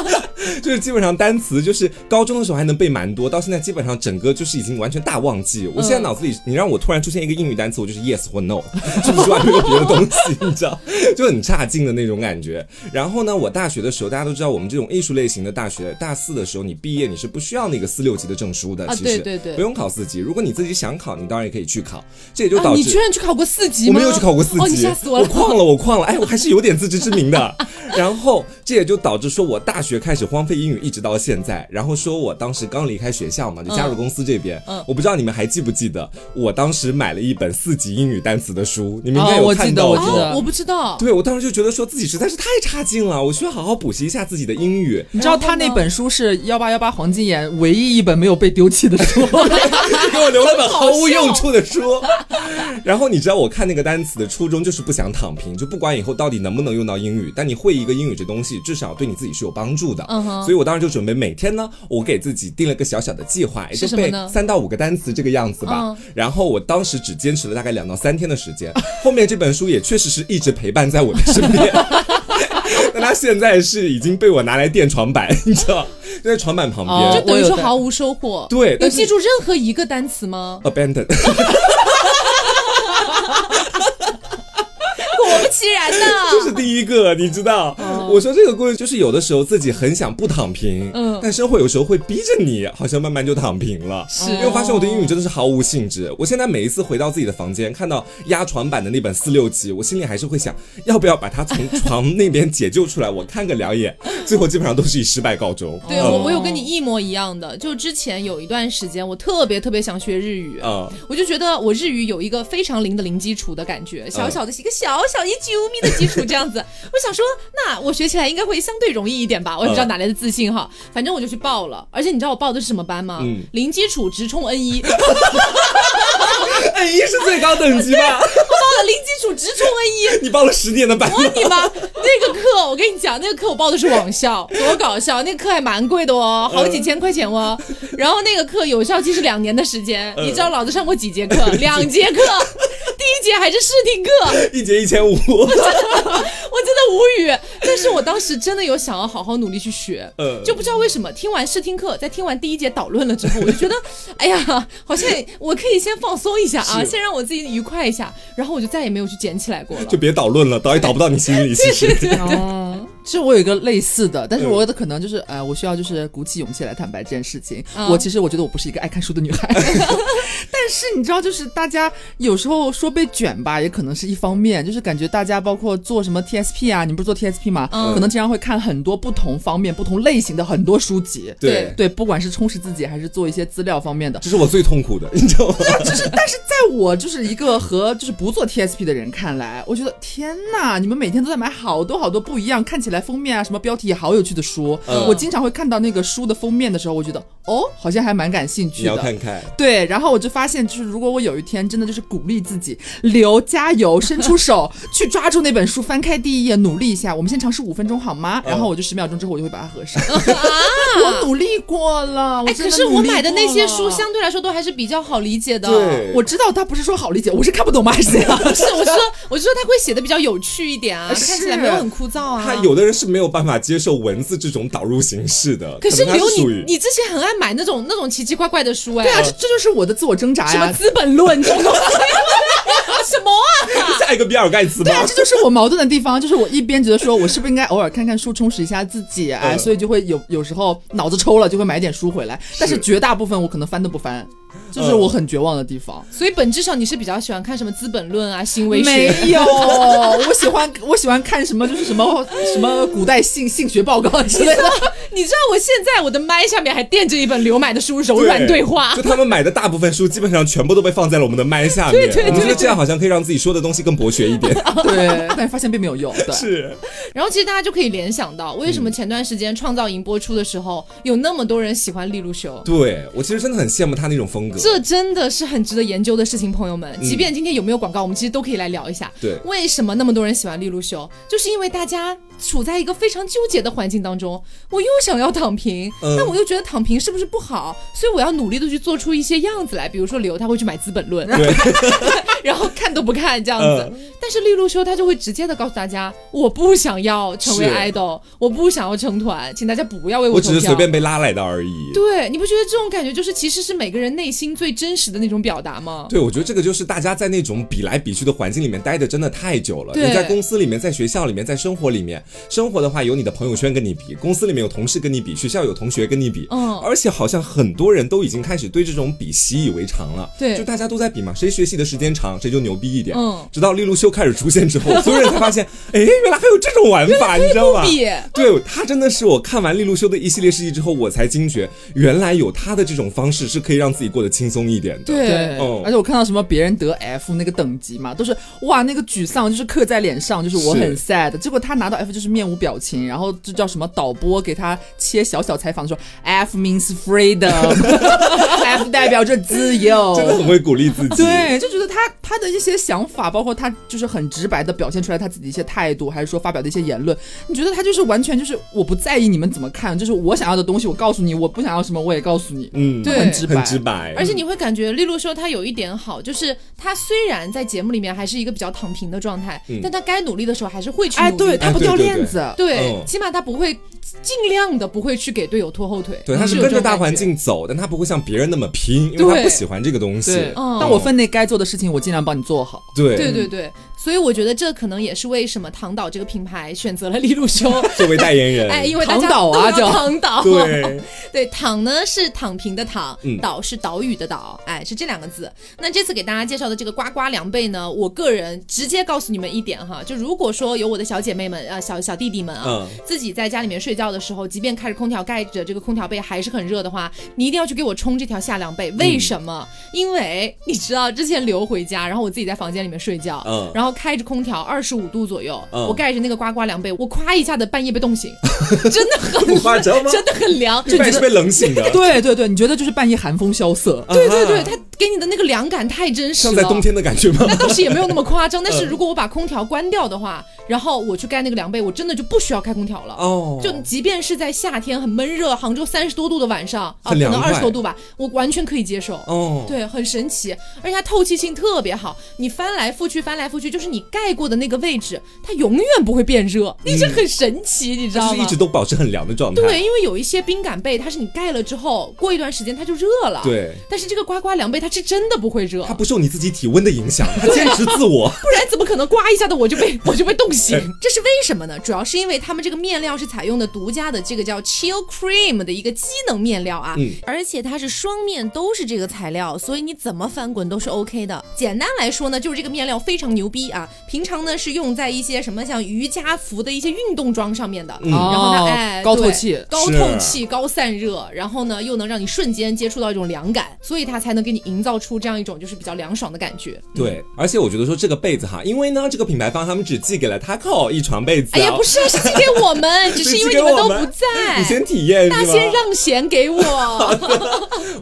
[SPEAKER 2] 就是基本上单词，就是高中的时候还能背蛮多，到现在基本上整个就是已经完全大忘记。我现在脑子里，你让我突然出现一个英语单词，我就是 yes 或 no，说 不出来没有别的东西，你知道，就很差劲的那种感觉。然后呢，我大学的时候，大家都知道，我们这种艺术类型的大学，大四的时候你毕业你是不需要那个四六级的证书的，
[SPEAKER 1] 啊
[SPEAKER 2] 其实
[SPEAKER 1] 对对对
[SPEAKER 2] 不用考四级。如果你自己想考，你当然也可以去考。这也就
[SPEAKER 1] 啊，
[SPEAKER 2] 导
[SPEAKER 1] 你
[SPEAKER 2] 致、
[SPEAKER 1] 居然去考过四级
[SPEAKER 2] 我
[SPEAKER 1] 吗？
[SPEAKER 2] 没有去考过四级，
[SPEAKER 1] 哦，你吓死我了！
[SPEAKER 2] 旷了，我旷了，哎，我还是有点自知之 明的。然后这也就导致说我大学开始荒废英语，一直到现在。然后说我当时刚离开学校嘛，就加入公司这边。
[SPEAKER 1] 嗯
[SPEAKER 2] 我不知道你们还记不记得，我当时买了一本四级英语单词的书，你们应该
[SPEAKER 3] 哦
[SPEAKER 2] 有
[SPEAKER 3] 我
[SPEAKER 2] 看
[SPEAKER 3] 记得
[SPEAKER 2] 到
[SPEAKER 3] 我
[SPEAKER 2] 过。
[SPEAKER 3] 记得
[SPEAKER 1] 哦，我不知道。
[SPEAKER 2] 对我当时就觉得说自己实在是太差劲了，我需要好好补习一下自己的英语。
[SPEAKER 3] 你知道他那本书是幺八幺八黄金眼唯一一本没有被丢弃的书，
[SPEAKER 2] 就给我留了本毫无用处的书。 然后你知道我看那个单词的初衷就是不想躺平，就不管以后到底能不能用到英语，但你会一个英语这东西，至少对你自己是有帮助的。
[SPEAKER 1] 嗯哼
[SPEAKER 2] 所以我当时就准备每天呢，我给自己定了个小小的计划，也
[SPEAKER 1] 是
[SPEAKER 2] 就
[SPEAKER 1] 什么
[SPEAKER 2] 背
[SPEAKER 1] 呢
[SPEAKER 2] 三到五个单词这个样子吧。
[SPEAKER 1] 嗯
[SPEAKER 2] 然后我当时只坚持了大概两到三天的时间，后面这本书也确实是一直陪伴在我的身 边。但它现在是已经被我拿来垫床板，你知道，就在床板旁边。
[SPEAKER 3] 哦
[SPEAKER 1] 就等于
[SPEAKER 3] 我有
[SPEAKER 1] 说
[SPEAKER 3] 在
[SPEAKER 1] 毫无收获。
[SPEAKER 2] 对
[SPEAKER 1] 有
[SPEAKER 2] 但是
[SPEAKER 1] 记住任何一个单词 吗？
[SPEAKER 2] abandon，
[SPEAKER 1] 果不其然
[SPEAKER 2] 这
[SPEAKER 1] 呢，
[SPEAKER 2] 是第一个，你知道？我说这个过程就是有的时候自己很想不躺平，
[SPEAKER 1] 嗯
[SPEAKER 2] 但生活有时候会逼着你，好像慢慢就躺平了。
[SPEAKER 3] 是
[SPEAKER 2] 因为我发现我对英语真的是毫无兴致。我现在每一次回到自己的房间，看到压床版的那本四六级，我心里还是会想，要不要把它从床那边解救出来，我看个两眼。 最后基本上都是以失败告终。
[SPEAKER 1] 对
[SPEAKER 2] 嗯
[SPEAKER 1] 我我有跟你一模一样的，就之前有一段时间，我特别特别想学日语，
[SPEAKER 2] 嗯
[SPEAKER 1] 我就觉得我日语有一个非常零的零基础的感觉，
[SPEAKER 2] 嗯
[SPEAKER 1] 小小的一个小小一九米的基础这样子。我想说，那我学起来应该会相对容易一点吧？我也不知
[SPEAKER 2] 嗯
[SPEAKER 1] 道哪来的自信哈，反正我就去报了。而且你知道我报的是什么班吗？
[SPEAKER 2] 嗯
[SPEAKER 1] 零基础直冲 N 一，报
[SPEAKER 2] ，N 一哎是最高等级 吧？
[SPEAKER 1] 了零基础直冲 N 一。
[SPEAKER 2] 你报了十年的班吗
[SPEAKER 1] 我？问你吗？那个课，我跟你讲，那个课我报的是网校，多搞笑！那个课还蛮贵的哦，好几千块钱哦。然后那个课有效期是两年的时间，你知道老子上过几节课？两节课，第一节还是试听课，
[SPEAKER 2] 一节 一千五，
[SPEAKER 1] 我真的无语。但是我当时真的有想要好好努力去学，
[SPEAKER 2] 嗯
[SPEAKER 1] 就不知道为什么听完试听课，在听完第一节导论了之后，我就觉得，哎呀，好像我可以先放松一下啊，
[SPEAKER 2] 是
[SPEAKER 1] 先让我自己愉快一下。然后我就再也没有去捡起来过了。
[SPEAKER 2] 就别捣乱了，导也捣不到你心里。 其实，
[SPEAKER 1] 哦
[SPEAKER 3] 嗯，其实我有一个类似的，但是我的可能就是，呃，我需要就是鼓起勇气来坦白这件事情。
[SPEAKER 1] 嗯
[SPEAKER 3] 我其实我觉得我不是一个爱看书的女孩， 但是你知道，就是大家有时候说被卷吧，也可能是一方面，就是感觉大家包括做什么 TSP 啊，你们不是做 TSP 吗？
[SPEAKER 1] 嗯
[SPEAKER 3] 可能经常会看很多不同方面、不同类型的很多书籍。
[SPEAKER 2] 对，
[SPEAKER 3] 对，不管是充实自己，还是做一些资料方面的，
[SPEAKER 2] 这是我最痛苦的， 你知道吗？
[SPEAKER 3] 就是，但是在我就是一个和就是不做 TSP 的人看来，我觉得天呐，你们每天都在买好多好多不一样，看起来封面啊什么标题也好有趣的书。
[SPEAKER 2] 嗯
[SPEAKER 3] 我经常会看到那个书的封面的时候，我觉得哦，好像还蛮感兴趣
[SPEAKER 2] 你要
[SPEAKER 3] 的。
[SPEAKER 2] 看看。
[SPEAKER 3] 对，然后我就发现，就是如果我有一天真的就是鼓励自己，留加油，伸出手去抓住那本书，翻开第一页，努力一下。我们先尝试五分钟好吗？
[SPEAKER 1] 嗯
[SPEAKER 3] 然后我就十秒钟之后，我就会把它 合上。我努力过了，我
[SPEAKER 1] 哎，
[SPEAKER 3] 真
[SPEAKER 1] 可
[SPEAKER 3] 的
[SPEAKER 1] 是我
[SPEAKER 3] 努力
[SPEAKER 1] 买的那
[SPEAKER 3] 过
[SPEAKER 1] 些
[SPEAKER 3] 了
[SPEAKER 1] 书相对来说都还是比较好理解的。
[SPEAKER 2] 对，
[SPEAKER 3] 我知道他不是说好理解，我是看不懂吗？还是怎 样？
[SPEAKER 1] 不是，我是说，我是说他会写的比较有趣一点啊，
[SPEAKER 3] 是
[SPEAKER 1] 看起来没有很枯燥啊。
[SPEAKER 2] 他。有的人是没有办法接受文字这种导入形式的，
[SPEAKER 1] 可是
[SPEAKER 2] 能他
[SPEAKER 1] 刘，
[SPEAKER 2] 是
[SPEAKER 1] 你
[SPEAKER 2] 属于
[SPEAKER 1] 你之前很爱买那种那种奇奇怪怪的书哎，
[SPEAKER 3] 对啊，这这就是我的自我挣扎
[SPEAKER 1] 什么
[SPEAKER 3] 呀。
[SPEAKER 1] 《资本论》这种东西， 什么啊？
[SPEAKER 2] 下一个比尔盖茨
[SPEAKER 3] 对啊
[SPEAKER 2] 吗，？
[SPEAKER 3] 这就是我矛盾的地方，就是我一边觉得说我是不是应该偶尔看看书充实一下自己，哎，
[SPEAKER 2] 嗯
[SPEAKER 3] 所以就会有有时候脑子抽了就会买点书回来，但是嗯绝大部分我可能翻都不翻，这是我很绝望的地方。
[SPEAKER 1] 所以本质上你是比较喜欢看什么《资本论》啊、行为
[SPEAKER 3] 没
[SPEAKER 1] 学。
[SPEAKER 3] 有， 我喜欢 我喜欢看什么就是什么什么古代性性学报告之类的。
[SPEAKER 1] 你知道我现在我的麦下面还垫着一本刘买的书《柔软对话
[SPEAKER 2] 就》，他们买的大部分书，基本上全部都被放在了我们的麦下面。
[SPEAKER 1] 对对对
[SPEAKER 2] 我觉得这样好像可以让自己说的东西更博 学一点。
[SPEAKER 3] 对， 但是发现并没有用。对，
[SPEAKER 2] 是，
[SPEAKER 1] 然后其实大家就可以联想到，为什么前段时间《创造营》播出的时候，有那么多人喜欢利路修？
[SPEAKER 2] 对我其实真的很羡慕他那种风格。
[SPEAKER 1] 这真的是很值得研究的事情，朋友们。即便今天有没有广告，我们其实都可以来聊一下。
[SPEAKER 2] 嗯对
[SPEAKER 1] 为什么那么多人喜欢利路修？就是因为大家处在一个非常纠结的环境当中，我又想要躺平，
[SPEAKER 2] 嗯
[SPEAKER 1] 但我又觉得躺平是不是不好？所以我要努力的去做出一些样子来，比如说刘他会去买《资本论》
[SPEAKER 2] 对， 嗯
[SPEAKER 1] 然后看都不看这样子。但是利路修他就会直接的告诉大家，我不想要成为
[SPEAKER 2] 是
[SPEAKER 1] idol，我不想要成团，请大家不要为投
[SPEAKER 2] 我只
[SPEAKER 1] 票。
[SPEAKER 2] 是随便被拉来的而已。
[SPEAKER 1] 对，你不觉得这种感觉就是其实是每个人内心最真实的那种表达吗？
[SPEAKER 2] 对，我觉得这个就是大家在那种比来比去的环境里面待的真的太久了。
[SPEAKER 1] 对
[SPEAKER 2] 你在公司里面，在学校里面，在生活里面，生活的话有你的朋友圈跟你比，公司里面有同事跟你比，学校有同学跟你比。
[SPEAKER 1] 嗯
[SPEAKER 2] 而且好像很多人都已经开始对这种比习以为常了。
[SPEAKER 1] 对
[SPEAKER 2] 就大家都在比嘛，谁学习的时间长，谁就牛逼一点。
[SPEAKER 1] 嗯
[SPEAKER 2] 直到利路修开始出现之后，所有人才发现，哎，原来还有这种玩法，你知道吧？
[SPEAKER 1] 比
[SPEAKER 2] 对他真的是我看完利路修的一系列事迹之后，我才惊觉，原来有他的这种方式是可以让自己过得轻松一点的。
[SPEAKER 3] 对，
[SPEAKER 2] 哦
[SPEAKER 3] 而且我看到什么别人得 F 那个等级嘛，都是哇那个沮丧就是刻在脸上，就是我
[SPEAKER 2] 是
[SPEAKER 3] 很 sad。结果他拿到 F 就是面无表情，然后这叫什么导播给他切小小采访说 F means freedom，F 代表着自
[SPEAKER 1] 哦
[SPEAKER 3] 由，
[SPEAKER 2] 真的很会鼓励自己。
[SPEAKER 3] 对，就觉得他他的一些想法，包括他就是很直白的表现出来他自己一些态度，还是说发表的一些言论，你觉得他就是完全就是我不在意你们怎么看，就是我想要的东西我告诉你，我不想要什么我也告诉你，
[SPEAKER 2] 嗯，
[SPEAKER 1] 对
[SPEAKER 3] 很直白，
[SPEAKER 2] 很直白，嗯
[SPEAKER 1] 而且你会感觉利路修他有一点好，就是他虽然在节目里面还是一个比较躺平的状态，
[SPEAKER 2] 嗯
[SPEAKER 1] 但他该努力的时候还是会去努
[SPEAKER 3] 哎，
[SPEAKER 1] 力。
[SPEAKER 3] 对他不
[SPEAKER 2] 对
[SPEAKER 3] 掉
[SPEAKER 2] 对
[SPEAKER 3] 链
[SPEAKER 2] 对
[SPEAKER 3] 子，
[SPEAKER 1] 对
[SPEAKER 2] 嗯
[SPEAKER 1] 起码他不会尽量的不会去给队友拖后腿。
[SPEAKER 2] 对，他是
[SPEAKER 1] 有
[SPEAKER 2] 跟
[SPEAKER 1] 这
[SPEAKER 2] 着
[SPEAKER 1] 种
[SPEAKER 2] 大
[SPEAKER 1] 感
[SPEAKER 2] 环
[SPEAKER 1] 觉。
[SPEAKER 2] 境走，但他不会像别人那么拼，因为他
[SPEAKER 1] 对
[SPEAKER 2] 不喜欢这个东西。
[SPEAKER 1] 嗯
[SPEAKER 3] 但我分内该做的事情，我尽量帮你做好。
[SPEAKER 2] 对
[SPEAKER 1] 对对对，所以我觉得这可能也是为什么唐导这个品牌选择了利路修，
[SPEAKER 2] 作为代言 人，
[SPEAKER 1] 哎，因为哦大家
[SPEAKER 3] 唐导啊
[SPEAKER 1] 都要
[SPEAKER 3] 叫
[SPEAKER 1] 唐导，
[SPEAKER 2] 对，
[SPEAKER 1] 对，躺呢是躺平的躺，
[SPEAKER 2] 嗯
[SPEAKER 1] 岛是岛屿的岛，哎，是这两个字。那这次给大家介绍的这个呱呱凉被呢，我个人直接告诉你们一点哈，就如果说有我的小姐妹们啊、小小弟弟们啊，
[SPEAKER 2] 嗯
[SPEAKER 1] 自己在家里面睡觉的时候，即便开着空调盖着这个空调被还是很热的话，你一定要去给我冲这条夏凉
[SPEAKER 2] 嗯
[SPEAKER 1] 被。为什么？因为你知道之前刘回家，然后我自己在房间里面睡觉，
[SPEAKER 2] 嗯
[SPEAKER 1] 然后开着空调二十五度左右，
[SPEAKER 2] 嗯
[SPEAKER 1] 我盖着那个呱呱凉被，我咵一下子半夜被冻 醒，真的很
[SPEAKER 2] 这么夸张吗？
[SPEAKER 1] 真的很凉，
[SPEAKER 2] 这你是被冷醒的，
[SPEAKER 3] 对对对，你觉得就是半夜寒风萧瑟，
[SPEAKER 1] 对对对，
[SPEAKER 2] 啊
[SPEAKER 1] 它给你的那个凉感太真实
[SPEAKER 2] 像
[SPEAKER 1] 了。
[SPEAKER 2] 在冬天嗯的感觉吗？
[SPEAKER 1] 那倒是也没有那么夸 张，但是如果我把空调关掉的话，然后我去盖那个凉被，我真的就不需要开空调了。
[SPEAKER 2] 哦，
[SPEAKER 1] 就即便是在夏天很闷热，杭州三十多度的晚上啊，可
[SPEAKER 2] 很凉
[SPEAKER 1] 能
[SPEAKER 2] 快
[SPEAKER 1] 二十多度吧，我完全可以接受。
[SPEAKER 2] 哦，
[SPEAKER 1] 对，很神奇，而且它透气性特别好。你翻来覆去，翻来覆去，就是你盖过的那个位置，它永远不会变热，你这很神奇，你知
[SPEAKER 2] 就
[SPEAKER 1] 道
[SPEAKER 2] 是一
[SPEAKER 1] 吗
[SPEAKER 2] 直？都保持很凉的状态。
[SPEAKER 1] 对，因为有一些冰感被，它是你盖了之后，过一段时间它就热了。
[SPEAKER 2] 对
[SPEAKER 1] 但是这个呱呱凉被它是真的不会热，
[SPEAKER 2] 它不受你自己体温的影响，它坚持 自我。
[SPEAKER 1] 不然怎么可能呱一下的我就被 我就被冻
[SPEAKER 2] 哎
[SPEAKER 1] 醒？这是为什么呢？主要是因为他们这个面料是采用的独家的这个叫 Chill Cream 的一个机能面料啊，
[SPEAKER 2] 嗯
[SPEAKER 1] 而且它是双面都是这个材料，所以你怎么翻滚都是 OK 的。简单来说呢，就是这个面料非常牛逼啊！平常呢是用在一些什么像瑜伽服的一些运动装上面的，
[SPEAKER 2] 嗯
[SPEAKER 1] 然后呢，
[SPEAKER 3] 哦
[SPEAKER 1] 哎，
[SPEAKER 3] 高透
[SPEAKER 1] 对
[SPEAKER 3] 气
[SPEAKER 1] 高
[SPEAKER 2] 是
[SPEAKER 1] 透气、高散热，然后呢，又能让你瞬间接触到一种凉感，所以它才能给你营造出这样一种就是比较凉爽的感觉。
[SPEAKER 2] 对，而且我觉得说这个被子哈，因为呢，这个品牌方他们只寄给了 Taco 一床被子、哦
[SPEAKER 1] 哎呀，不，是，是寄给我 们，只是因为你们都不
[SPEAKER 2] 你
[SPEAKER 1] 在。
[SPEAKER 2] 先体验
[SPEAKER 1] 大
[SPEAKER 2] 是
[SPEAKER 1] 仙
[SPEAKER 2] 吗？
[SPEAKER 1] 让贤给 我，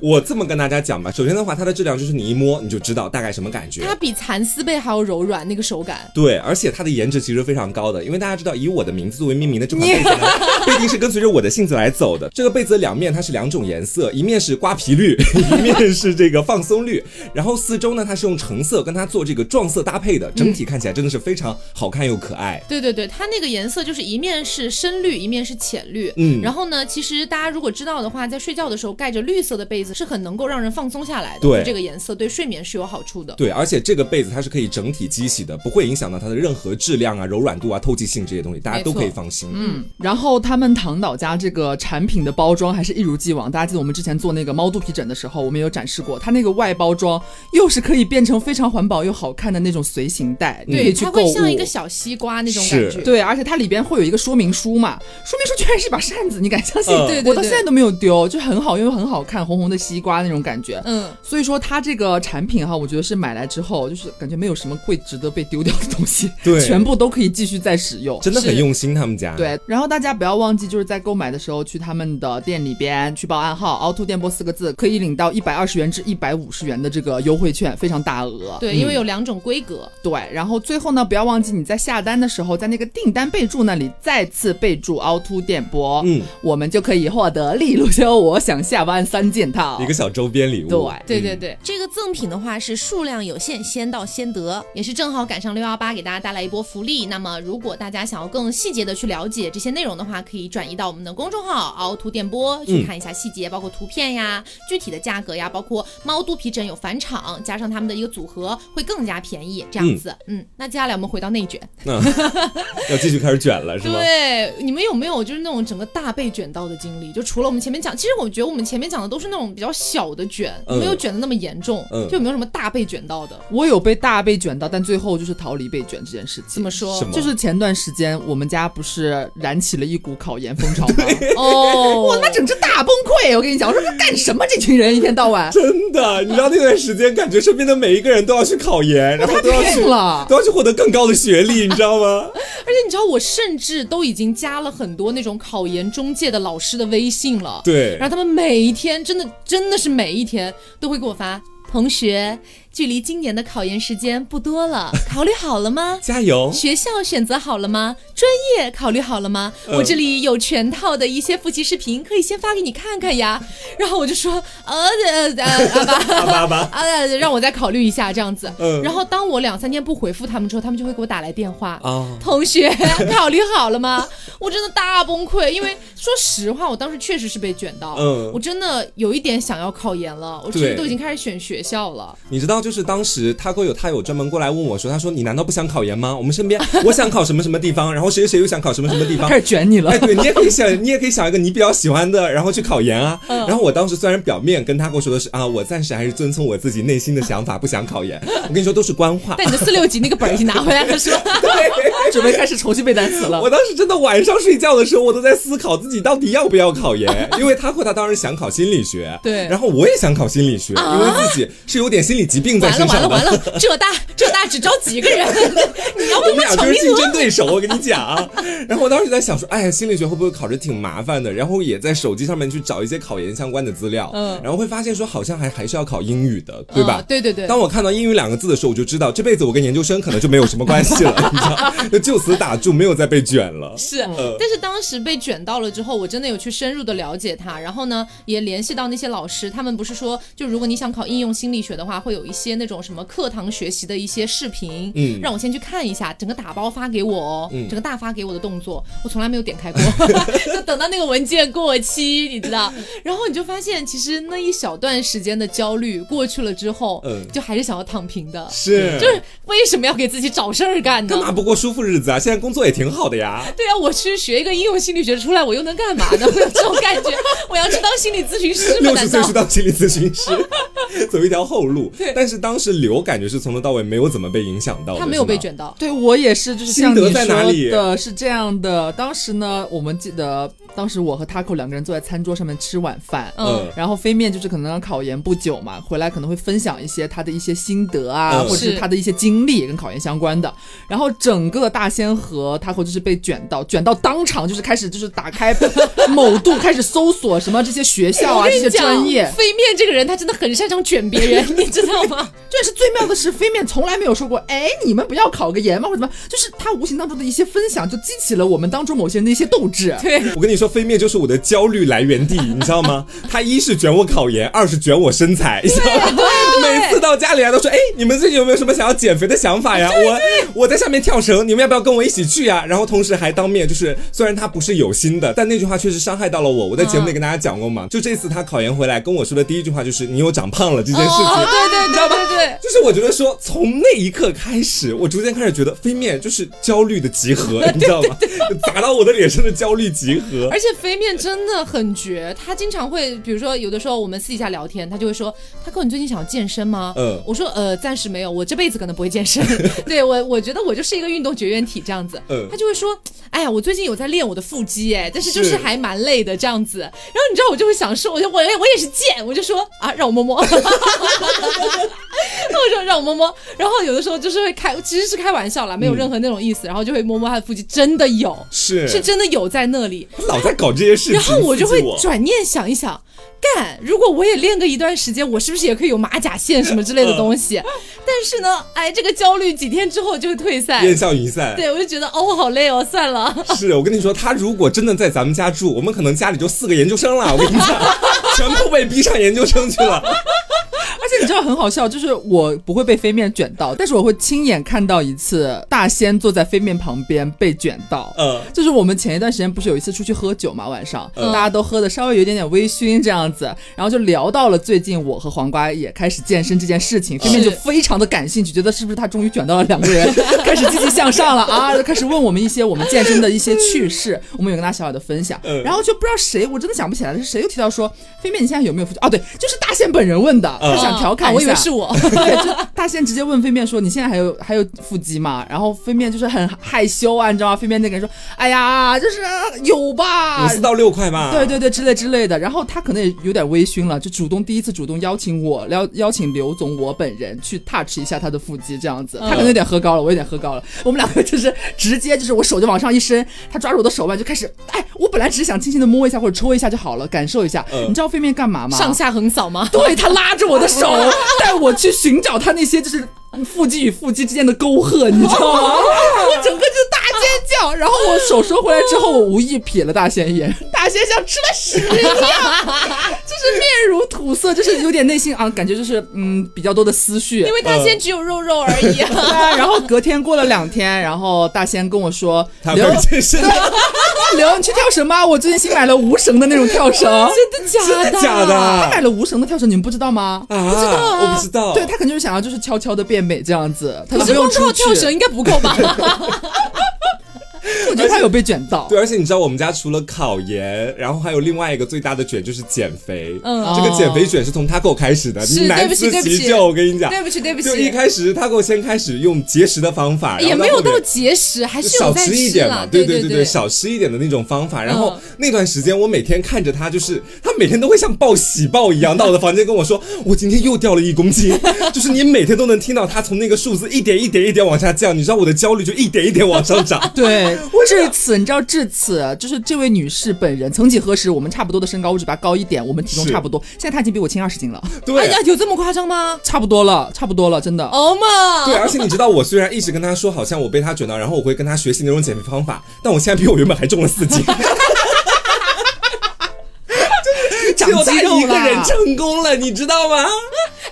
[SPEAKER 2] 我这么跟大家讲吧，首先的话，它的质量就是你一摸你就知道大概什么感觉。
[SPEAKER 1] 它比蚕丝被还要柔软，那个手感。
[SPEAKER 2] 对，而且它的颜值其实非常高的，因为大家知道以我的名字作为命名的这款被子呢， 必定是跟随着我的性子来走的。这个被子的两面它是两种颜色，一面是瓜皮绿， 一面是这个放松绿，然后四周呢它是用橙色跟它做这个撞色搭配的，整体看起来真的是非常好看又可爱。
[SPEAKER 1] 对对对，它那个颜色就是一面是深绿，一面是浅绿。
[SPEAKER 2] 嗯
[SPEAKER 1] 然后呢，其实大家如果知道的话，在睡觉的时候盖着绿色的被子是很能够让人放松下来的。
[SPEAKER 2] 对
[SPEAKER 1] 就这个颜色对睡眠是有好处的。
[SPEAKER 2] 对，而且这个被子它是可以整体机洗的，不会影响到它的任何质量啊、柔软度啊、透气性这些东西，大家都可以放心。嗯，
[SPEAKER 3] 然后他们唐导家这个产品的包装还是一如既往，大家记得我们之前做那个猫肚皮枕的时候，我们有展示过，它那个外包装又是可以变成非常环保又好看的那种随行袋，你可以去
[SPEAKER 1] 它
[SPEAKER 3] 购
[SPEAKER 1] 会
[SPEAKER 3] 物。
[SPEAKER 1] 像一个小西瓜那种
[SPEAKER 2] 是
[SPEAKER 1] 感觉。
[SPEAKER 3] 对，而且它里边会有一个说明书嘛，说明书居然是一把扇子，你敢相信？
[SPEAKER 2] 嗯
[SPEAKER 1] 对对
[SPEAKER 3] 我到
[SPEAKER 1] 对
[SPEAKER 3] 现在都没有丢，就很好用又很好看，红红的西瓜那种感觉。
[SPEAKER 1] 嗯，
[SPEAKER 3] 所以说它这个产品哈，我觉得是买来之后，就是感觉没有什么会值得被丢掉的东西，
[SPEAKER 2] 对
[SPEAKER 3] 全部都可以继续再使用。
[SPEAKER 2] 真的很
[SPEAKER 1] 是
[SPEAKER 2] 用心，他们家。。
[SPEAKER 3] 对，然后大家不要忘记，就是在购买的时候去他们的店里边去报暗号“凹凸电波”四个字，可以领到一百二十元至一百五十元的这个优惠券，非常大额。
[SPEAKER 2] 嗯
[SPEAKER 1] 对，因为有两种规格。
[SPEAKER 3] 对，然后最后呢，不要忘记你在下单的时候，在那个订单备注那里再次备注“凹凸电波”，
[SPEAKER 2] 嗯，
[SPEAKER 3] 我们就可以获得利路修我想下班三件套
[SPEAKER 2] 一。个小周边礼物，
[SPEAKER 1] 对
[SPEAKER 3] 对
[SPEAKER 1] 对对，这个赠品的话是数量有限，先到先得，也是正好赶上六幺八，给大家带来一波福利。那么，如果大家想要更细节的去了解这些内容的话，可以转移到我们的公众号“凹凸电波”去看一下细节，包括图片呀、具体的价格呀，包括猫肚皮枕有返场，加上他们的一个组合会更加便宜，这样子。嗯嗯，那接下来我们回到内卷，
[SPEAKER 2] 那要继续开始卷了是吗？
[SPEAKER 1] 对，你们有没有就是那种整个大被卷到的经历？就除了我们前面讲，其实我觉得我们前面讲的都是那种比较小的卷，
[SPEAKER 2] 嗯
[SPEAKER 1] 没有卷的那么严重。
[SPEAKER 2] 嗯
[SPEAKER 1] 就有没有什么大被卷到的？
[SPEAKER 3] 我有被大被卷到，但最后就是逃离被卷这件事
[SPEAKER 1] 怎
[SPEAKER 3] 情。
[SPEAKER 1] 么说
[SPEAKER 2] 什？么
[SPEAKER 3] 就是前段时间我们家不是燃起了一股考研风潮吗？
[SPEAKER 1] 哦，
[SPEAKER 3] 哇，那整只大崩溃！我跟你讲，我说这干什么？这群人一天到晚
[SPEAKER 2] 真的，你知道那段时间，感觉身边的每一个人都要去考研，然后都要去
[SPEAKER 3] 病了。
[SPEAKER 2] 都要去获得更高的学历，你知道吗？
[SPEAKER 1] 而且你知道，我甚至都已经加了很多那种考研中介的老师的微信了。
[SPEAKER 2] 对
[SPEAKER 1] 然后他们每一天真的真的是每一天都会给我发，同学，距离今年的考研时间不多 了，考虑好了吗？
[SPEAKER 2] 加油！
[SPEAKER 1] 学校选择好了吗？专业考虑好了吗？
[SPEAKER 2] 嗯
[SPEAKER 1] 我这里有全套的一些复习视频，可以先发给你看看呀。然后我就说，呃呃呃，阿爸，
[SPEAKER 2] 阿巴巴，
[SPEAKER 1] 啊，让我再考虑一下这样子。
[SPEAKER 2] 嗯
[SPEAKER 1] 然后当我两三天不回复他们之后，他们就会给我打来电话。
[SPEAKER 2] 啊，
[SPEAKER 1] 同学，考虑好了吗？ 我真的大崩溃，因为说实话，我当时确实是被卷到，
[SPEAKER 2] 嗯
[SPEAKER 1] 我真的有一点想要考研了，我甚
[SPEAKER 2] 对
[SPEAKER 1] 至都已经开始选学校了。
[SPEAKER 2] 你知道，就是当时他哥有他有专门过来问我说，他说你难道不想考研吗？我们身边 我想考什么什么地方，然后谁谁谁又想考什么什么 地方
[SPEAKER 3] 开。始卷你了
[SPEAKER 2] 哎，，对你也可以想，你也可以想一个你比较喜欢的，然后去考研啊。然后我当时虽然表面跟他跟我说的是啊，我暂时还是遵从我自己内心的想法，不想考研。我跟你说都是官话。
[SPEAKER 1] 但你的四六级那个本儿已经拿回来了，是吧？
[SPEAKER 3] 哎准备开始重新背单词了。
[SPEAKER 2] 我当时真的晚上睡觉的时候，我都在思考自己到底要不要考 研，因为他和他当时想考心理学，
[SPEAKER 1] 对
[SPEAKER 2] 然后我也想考心理学，因为自己是有点心理疾病在
[SPEAKER 1] 完了
[SPEAKER 2] 身
[SPEAKER 1] 完
[SPEAKER 2] 上
[SPEAKER 1] 了
[SPEAKER 2] 的。
[SPEAKER 1] 完了，浙大浙大只招几个 人，你要
[SPEAKER 2] 我
[SPEAKER 1] 问
[SPEAKER 2] 们
[SPEAKER 1] 他
[SPEAKER 2] 俩
[SPEAKER 1] 抢
[SPEAKER 2] 就
[SPEAKER 1] 名
[SPEAKER 2] 是竞
[SPEAKER 1] 额。
[SPEAKER 2] 争对手，我跟你讲。然后我当时就在想说，哎呀，心理学会不会考着挺麻烦的？然后也在手机上面去找一些考研相关的资料，
[SPEAKER 1] 嗯
[SPEAKER 2] 然后会发现说好像还还是要考英语的，对吧？
[SPEAKER 1] 啊对对对，
[SPEAKER 2] 当我看到英语两个字的时候，我就知道这辈子我跟研究生可能就没有什么关系了，你知道，就就此打住，没有再被卷了。
[SPEAKER 1] 是，
[SPEAKER 2] 呃
[SPEAKER 1] 但是当时被卷到了之后，我真的有去深入的了解它，然后呢，也联系到那些老师，他们不是说，就如果你想考应用心理学的话，会有一些那种什么课堂学习的一些视频，
[SPEAKER 2] 嗯
[SPEAKER 1] 让我先去看一下，整个打包发给我哦，
[SPEAKER 2] 嗯
[SPEAKER 1] 整个大发给我的动作，我从来没有点开 过，就等到那个文件过期，你知道，然后你就发现，其实那一小段时间的焦虑过去了之后，
[SPEAKER 2] 嗯
[SPEAKER 1] 就还是想要躺平的，
[SPEAKER 2] 是，
[SPEAKER 1] 就是为什么要给自己找事儿干呢？
[SPEAKER 2] 干嘛不过舒服日子啊？现在工作也挺好的呀。
[SPEAKER 1] 对啊，我去学一个应用心理学出来，我又能干嘛呢？我有这种感觉，我要去当心理咨询师吗？
[SPEAKER 2] 六十
[SPEAKER 1] 难
[SPEAKER 2] 岁去
[SPEAKER 1] 道？
[SPEAKER 2] 当心理咨询师， 走一条后路。但是当时刘感觉是从头到尾没有怎么被影响到的，
[SPEAKER 1] 他没有被
[SPEAKER 2] 是吗。
[SPEAKER 1] 卷到，
[SPEAKER 3] 对我也是，就是像你
[SPEAKER 2] 心得在哪里
[SPEAKER 3] 说的是这样的。当时呢，我们记得当时我和 Taco 两个人坐在餐桌上面吃晚饭，
[SPEAKER 1] 嗯
[SPEAKER 2] 嗯，
[SPEAKER 3] 然后飞面就是可能考研不久嘛，回来可能会分享一些他的一些心得啊，
[SPEAKER 2] 嗯
[SPEAKER 3] 或者是
[SPEAKER 1] 是
[SPEAKER 3] 他的一些经历跟考研相关的。然后整个大仙河 Taco 就是被卷到，卷到当场就是开始就是打开 某度开始搜索什么这些学校
[SPEAKER 1] 我
[SPEAKER 3] 啊
[SPEAKER 1] 跟
[SPEAKER 3] 这些
[SPEAKER 1] 你讲
[SPEAKER 3] 专业，
[SPEAKER 1] 飞面这个人他真的很擅长卷别 人，你知道吗？
[SPEAKER 3] 这也是最妙的是，飞面从来没有说过，哎，你们不要考个研吗？或者怎么？就是他无形当中的一些分享，就激起了我们当中某些人的一些斗志。
[SPEAKER 1] 对，
[SPEAKER 2] 我跟你说，飞面就是我的焦虑来源地，你知道吗？ 他一是卷我考研，二是卷我身材，你知道吗？每次到家里来都说，哎，你们最近有没有什么想要减肥的想法呀？我我在下面跳绳，你们要不要跟我一起去呀？然后同时还当面就是，虽然他不是有心的，但那句话确实伤害到了我。我在节目里跟大家讲过嘛，就这次他考研回来跟我说的第一句话就是，你又长胖了这件事情。
[SPEAKER 1] 哦，对对对对对。
[SPEAKER 2] 就是我觉得说，从那一刻开始，我逐渐开始觉得飞面就是焦虑的集合，你知道吗？砸到我的脸上的焦虑集合。
[SPEAKER 1] 而且飞面真的很绝，他经常会，比如说有的时候我们私底下聊天，他就会说：“他哥，你最近想要健身吗？”
[SPEAKER 2] 嗯
[SPEAKER 1] 我说：“呃，暂时没有，我这辈子可能不会健 身。对我，我觉得我就是一个运动绝缘体这样子。
[SPEAKER 2] 嗯
[SPEAKER 1] 他就会说：“哎呀，我最近有在练我的腹肌，哎，但是就是是还蛮累的这样子。”然后你知道我就会想说：“我就我也我也是贱，我就说啊，让我摸 摸。”那我就让我摸摸，然后有的时候就是会开，其实是开玩笑啦，没有任何那种意思，然后就会摸摸他的腹肌，真的有，
[SPEAKER 2] 嗯是
[SPEAKER 1] 是真的有在那里。
[SPEAKER 2] 老在搞这些事情，
[SPEAKER 1] 然后我就
[SPEAKER 2] 刺
[SPEAKER 1] 会
[SPEAKER 2] 激我
[SPEAKER 1] 转念想一想，干，如果我也练个一段时间，我是不是也可以有马甲线什么之
[SPEAKER 2] 嗯
[SPEAKER 1] 类的东西？ 但是呢，哎，这个焦虑几天之后就会退散。
[SPEAKER 2] 烟消云散。
[SPEAKER 1] 哎对，我就觉得哦，我好累哦，算了。
[SPEAKER 2] 是我跟你说，他如果真的在咱们家住，我们 可能家里就四个研究生了。我跟你讲，全部被逼上研究生去了。
[SPEAKER 3] 而且且你知道很好笑，就是我不会被飞面卷到，但是我会亲眼看到一次大仙坐在飞面旁边被卷到。
[SPEAKER 2] 嗯，
[SPEAKER 3] 就是我们前一段时间不是有一次出去喝酒嘛，晚上、
[SPEAKER 1] 嗯
[SPEAKER 3] 大家都喝的稍微有一点点微醺这样子，然后就聊到了最近我和黄瓜也开始健身这件事
[SPEAKER 1] 嗯
[SPEAKER 3] 情，飞面就非常的感兴趣，觉得是不是他终于卷到了两个 人，开始积极向上了啊，就开始问我们一些我们健身的一些趣事，我们有跟大家小小的分享，
[SPEAKER 2] 嗯
[SPEAKER 3] 然后就不知道谁，我真的想不起来是谁又提到说飞面你现在有没有腹肌？哦，对，就是大仙本人问的，他想调侃
[SPEAKER 1] 啊
[SPEAKER 3] 一下，
[SPEAKER 1] 我以为是我。
[SPEAKER 3] 对，就大仙直接问飞面说：“你现在还有还有腹肌吗？”然后飞面就是很害羞啊，你知道吗？飞面那个人说：“哎呀，就是有吧
[SPEAKER 1] 啊
[SPEAKER 2] 五。四”到六块吧。
[SPEAKER 3] 对对对，之类之类的。然后他可能也有点微醺了，就主动第一次主动邀请我，邀邀请刘总我本人去 touch 一下他的腹肌，这样子。他可能有点喝高了，我有点喝高了。我们两个就是直接就是我手就往上一伸，他抓住我的手腕就开始，哎，我本来只是想轻轻的摸一下或者戳一下就好了，感受一下。
[SPEAKER 2] 嗯
[SPEAKER 3] 你知道飞面干嘛吗？
[SPEAKER 1] 上下横扫 吗？
[SPEAKER 3] 对他拉着我的 手，带我去寻找他那些就是腹肌与腹肌之间的沟壑，你知道吗？ 我整个就是大尖叫，然后我手收回来之后，我无意瞥了大仙一眼， 大仙像吃了屎一样，就是面如土色，就是有点内心啊，感觉就是嗯比较多的思 绪，
[SPEAKER 1] 因为大
[SPEAKER 2] 嗯
[SPEAKER 1] 仙只有肉肉而 已啊。
[SPEAKER 3] 对啊，然后隔天过了两天，然后大仙跟我说，
[SPEAKER 2] 他
[SPEAKER 3] 刘
[SPEAKER 2] 开始健身 了，
[SPEAKER 3] 刘，你去跳绳吧，我最近新买了无绳的那种跳绳，
[SPEAKER 1] 真的假
[SPEAKER 2] 真的假
[SPEAKER 3] 他买
[SPEAKER 2] 的？
[SPEAKER 3] 了无绳的跳绳，你们不知道吗？
[SPEAKER 2] 啊，
[SPEAKER 1] 知道啊
[SPEAKER 2] 我不知道。
[SPEAKER 3] 对他肯定就是想要就是悄悄的变美这样子，他
[SPEAKER 1] 可
[SPEAKER 3] 就是不
[SPEAKER 1] 光
[SPEAKER 3] 用
[SPEAKER 1] 靠
[SPEAKER 3] 出去。
[SPEAKER 1] 跳绳应该不够 吧？
[SPEAKER 3] 我觉得他有被卷到。。
[SPEAKER 2] 对，而啊且你知道我们家除了考研，然后还有另外一个最大的卷就是减肥。
[SPEAKER 1] 嗯
[SPEAKER 2] 这个减肥卷是从 Taco 开始的，
[SPEAKER 1] 是
[SPEAKER 2] 你
[SPEAKER 1] 对
[SPEAKER 2] 难
[SPEAKER 1] 不起
[SPEAKER 2] 辞
[SPEAKER 1] 对不
[SPEAKER 2] 其
[SPEAKER 1] 起
[SPEAKER 2] 咎。我跟你讲，
[SPEAKER 1] 对不起，对不
[SPEAKER 2] 就一
[SPEAKER 1] 起，
[SPEAKER 2] 开始 Taco 先开始用节食的方法，然
[SPEAKER 1] 也
[SPEAKER 2] 后
[SPEAKER 1] 没有
[SPEAKER 2] 后面
[SPEAKER 1] 到节食，还
[SPEAKER 2] 就是少
[SPEAKER 1] 哎有在
[SPEAKER 2] 吃一
[SPEAKER 1] 吃
[SPEAKER 2] 点
[SPEAKER 1] 啦。
[SPEAKER 2] 嘛，
[SPEAKER 1] 对
[SPEAKER 2] 对
[SPEAKER 1] 对，
[SPEAKER 2] 少吃一点的那种方法。然后
[SPEAKER 1] 嗯
[SPEAKER 2] 那段时间，我每天看着他，就是他每天都会像报喜报一样到我的房间跟我说：“我今天又掉了一公斤。”就是你每天都能听到他从那个数字一点一点一点往下降，你知道我的焦虑就一点一点往上涨
[SPEAKER 3] 对，至此你知道，至此就是这位女士本人。曾几何时，我们差不多的身高，我只比她高一点，我们体重
[SPEAKER 2] 是
[SPEAKER 3] 差不多。现在她已经比我轻二十斤了，
[SPEAKER 1] 哎
[SPEAKER 2] 对
[SPEAKER 1] 呀，有这么夸张吗？
[SPEAKER 3] 差不多了，差不多了，真的。
[SPEAKER 1] 哦嘛，
[SPEAKER 2] 对，而且你知道，我虽然一直跟他说好像我被他卷到，然后我会跟他学习那种减肥方法，但我现在比我原本还重了四斤。
[SPEAKER 3] 长哎
[SPEAKER 2] 只 有
[SPEAKER 3] 肌
[SPEAKER 2] 他
[SPEAKER 3] 肉
[SPEAKER 2] 一个人
[SPEAKER 3] 了
[SPEAKER 2] 成功了，你知道吗？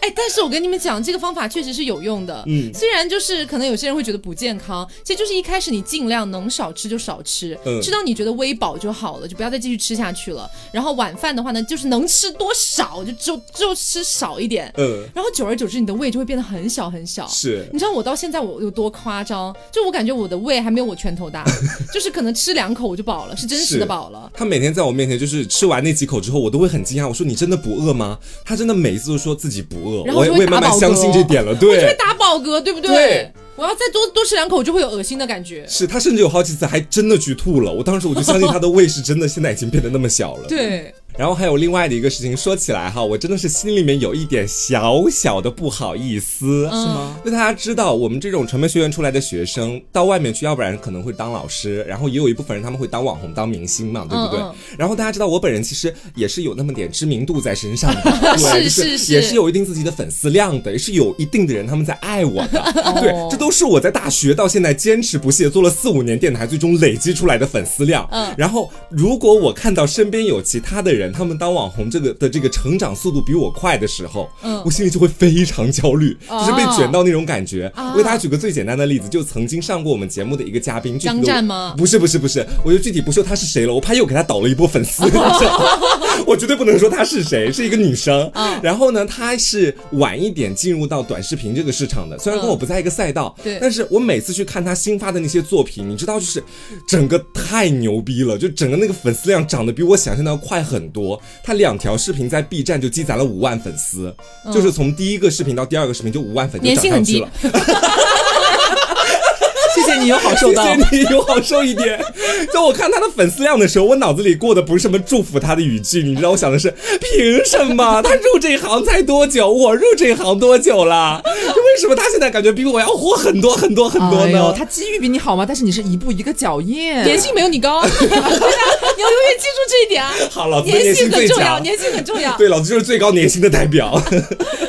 [SPEAKER 1] 哎，但是我跟你们讲，这个方法确实是有用的。
[SPEAKER 2] 嗯
[SPEAKER 1] 虽然就是可能有些人会觉得不健康，其实就是一开始你尽量能少吃就少吃，
[SPEAKER 2] 嗯
[SPEAKER 1] 吃到你觉得微饱就好了，就不要再继续吃下去了。然后晚饭的话呢，就是能吃多少就就就吃少一点，
[SPEAKER 2] 嗯，
[SPEAKER 1] 然后久而久之你的胃就会变得很小很小。
[SPEAKER 2] 是
[SPEAKER 1] 你知道我到现在我有多夸张？就我感觉我的胃还没有我拳头 大，就是可能吃两口我就饱了，是真实
[SPEAKER 2] 是
[SPEAKER 1] 的饱了。
[SPEAKER 2] 他每天在我面前就是吃完那几口之后，我都会很惊讶，我说你真的不饿吗？他真的每次都说自己不饿，
[SPEAKER 1] 然后
[SPEAKER 2] 我也
[SPEAKER 1] 就
[SPEAKER 2] 我
[SPEAKER 1] 会
[SPEAKER 2] 也慢慢
[SPEAKER 1] 打饱嗝
[SPEAKER 2] 相信这点了。
[SPEAKER 1] 我就会
[SPEAKER 2] 对，
[SPEAKER 1] 打饱嗝，对不对？
[SPEAKER 2] 对
[SPEAKER 1] 我要再多多吃两口，我就会有恶心的感觉。
[SPEAKER 2] 是他甚至有好几次还真的去吐了，我当时我就相信他的胃是真的现在已经变得那么小了。。
[SPEAKER 1] 对，
[SPEAKER 2] 然后还有另外的一个事情，说起来哈，我真的是心里面有一点小小的不好意思，
[SPEAKER 1] 嗯
[SPEAKER 2] 就大家知道，我们这种传媒学院出来的学生到外面去，要不然可能会当老师，然后也有一部分人他们会当网红、当明星嘛，对不对？
[SPEAKER 1] 嗯嗯
[SPEAKER 2] 然后大家知道，我本人其实也是有那么点知名度在 身上的，对，
[SPEAKER 1] 是
[SPEAKER 2] 就是
[SPEAKER 1] 是
[SPEAKER 2] 也是有一定自己的粉丝量的，也是有一定的人他们在爱我的，
[SPEAKER 1] 哦
[SPEAKER 2] 对，这都是我在大学到现在坚持不懈做了四五年电台，最终累积出来的粉丝量。
[SPEAKER 1] 嗯
[SPEAKER 2] 然后如果我看到身边有其他的人，他们当网红这个的这个成长速度比我快的时候，
[SPEAKER 1] 嗯
[SPEAKER 2] 我心里就会非常焦虑，就是被
[SPEAKER 1] 哦
[SPEAKER 2] 卷到那种感觉。
[SPEAKER 1] 啊
[SPEAKER 2] 我给大家举个最简单的例子，就曾经上过我们节目的一个嘉宾，具体
[SPEAKER 1] 张
[SPEAKER 2] 的我
[SPEAKER 1] 湛吗
[SPEAKER 2] 不是不是不是，我就具体不说他是谁了，我怕又给他倒了一波粉丝。你知 道吗 我绝对不能说她是谁，是一个女生。
[SPEAKER 1] 嗯
[SPEAKER 2] 然后呢，她是晚一点进入到短视频这个市场的，虽然跟我不在一个赛道，
[SPEAKER 1] 对
[SPEAKER 2] 但是我每次去看她新发的那些作品，你知道，就是整个太牛逼了，就整个那个粉丝量涨得比我想象的要快很多。她两条视频在 B 站就积攒了五万粉丝，就是从第一个视频到第二个视频就五万粉
[SPEAKER 1] 嗯
[SPEAKER 2] 就
[SPEAKER 1] 粘
[SPEAKER 2] 涨
[SPEAKER 1] 性
[SPEAKER 2] 上
[SPEAKER 1] 很
[SPEAKER 2] 去
[SPEAKER 1] 低
[SPEAKER 2] 了。
[SPEAKER 3] 谢谢你有好受
[SPEAKER 2] 谢
[SPEAKER 3] 到。
[SPEAKER 2] 谢你有好受一点。在我看他的粉丝量的时候，我脑子里过的不是什么祝福他的语句，你知道，我想的是凭什么他入这行才多久，我入这行多久了？就为什么他现在感觉比我要火很多很多很多
[SPEAKER 3] 哎
[SPEAKER 2] 呢？
[SPEAKER 3] 呦，他机遇比你好吗？但是你是一步一个脚印，
[SPEAKER 1] 粘性没有你高， 对啊，你要永远记住这一点啊。
[SPEAKER 2] 好，老子的
[SPEAKER 1] 粘
[SPEAKER 2] 年
[SPEAKER 1] 性
[SPEAKER 2] 薪
[SPEAKER 1] 很
[SPEAKER 2] 最
[SPEAKER 1] 重要，
[SPEAKER 2] 强。
[SPEAKER 1] 粘性很重要。
[SPEAKER 2] 对，老子就是最高年薪的代表。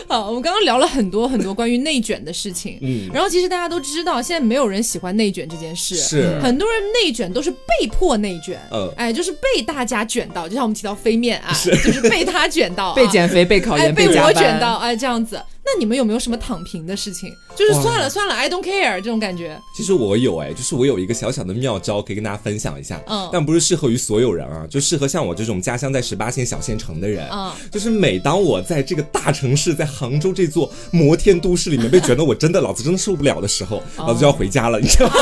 [SPEAKER 1] 好，我们刚刚聊了很多很多关于内卷的事情。
[SPEAKER 2] 嗯，
[SPEAKER 1] 然后其实大家都知道，现在没有人喜欢内卷这件事，
[SPEAKER 2] 是
[SPEAKER 1] 很多人内卷都是被迫内卷，
[SPEAKER 2] 嗯
[SPEAKER 1] 哎，就是被大家卷到，就像我们提到飞面啊，就是被他卷到、啊，
[SPEAKER 3] 被减肥、被考
[SPEAKER 1] 哎
[SPEAKER 3] 研、
[SPEAKER 1] 被
[SPEAKER 3] 加
[SPEAKER 1] 我
[SPEAKER 3] 班，啊
[SPEAKER 1] 卷到哎这样子。那你们有没有什么躺平的事情？就是
[SPEAKER 2] 哇
[SPEAKER 1] 算了算了，I don't care 这种感觉。
[SPEAKER 2] 其实我有哎，就是我有一个小小的妙招可以跟大家分享一下，
[SPEAKER 1] 嗯
[SPEAKER 2] 但不是适合于所有人啊，就适合像我这种家乡在十八线小县城的人，
[SPEAKER 1] 嗯
[SPEAKER 2] 就是每当我在这个大城市，在杭州这座摩天都市里面被卷得我真的老子真的受不了的时候，
[SPEAKER 1] 哦
[SPEAKER 2] 老子就要回家了，你知道吗？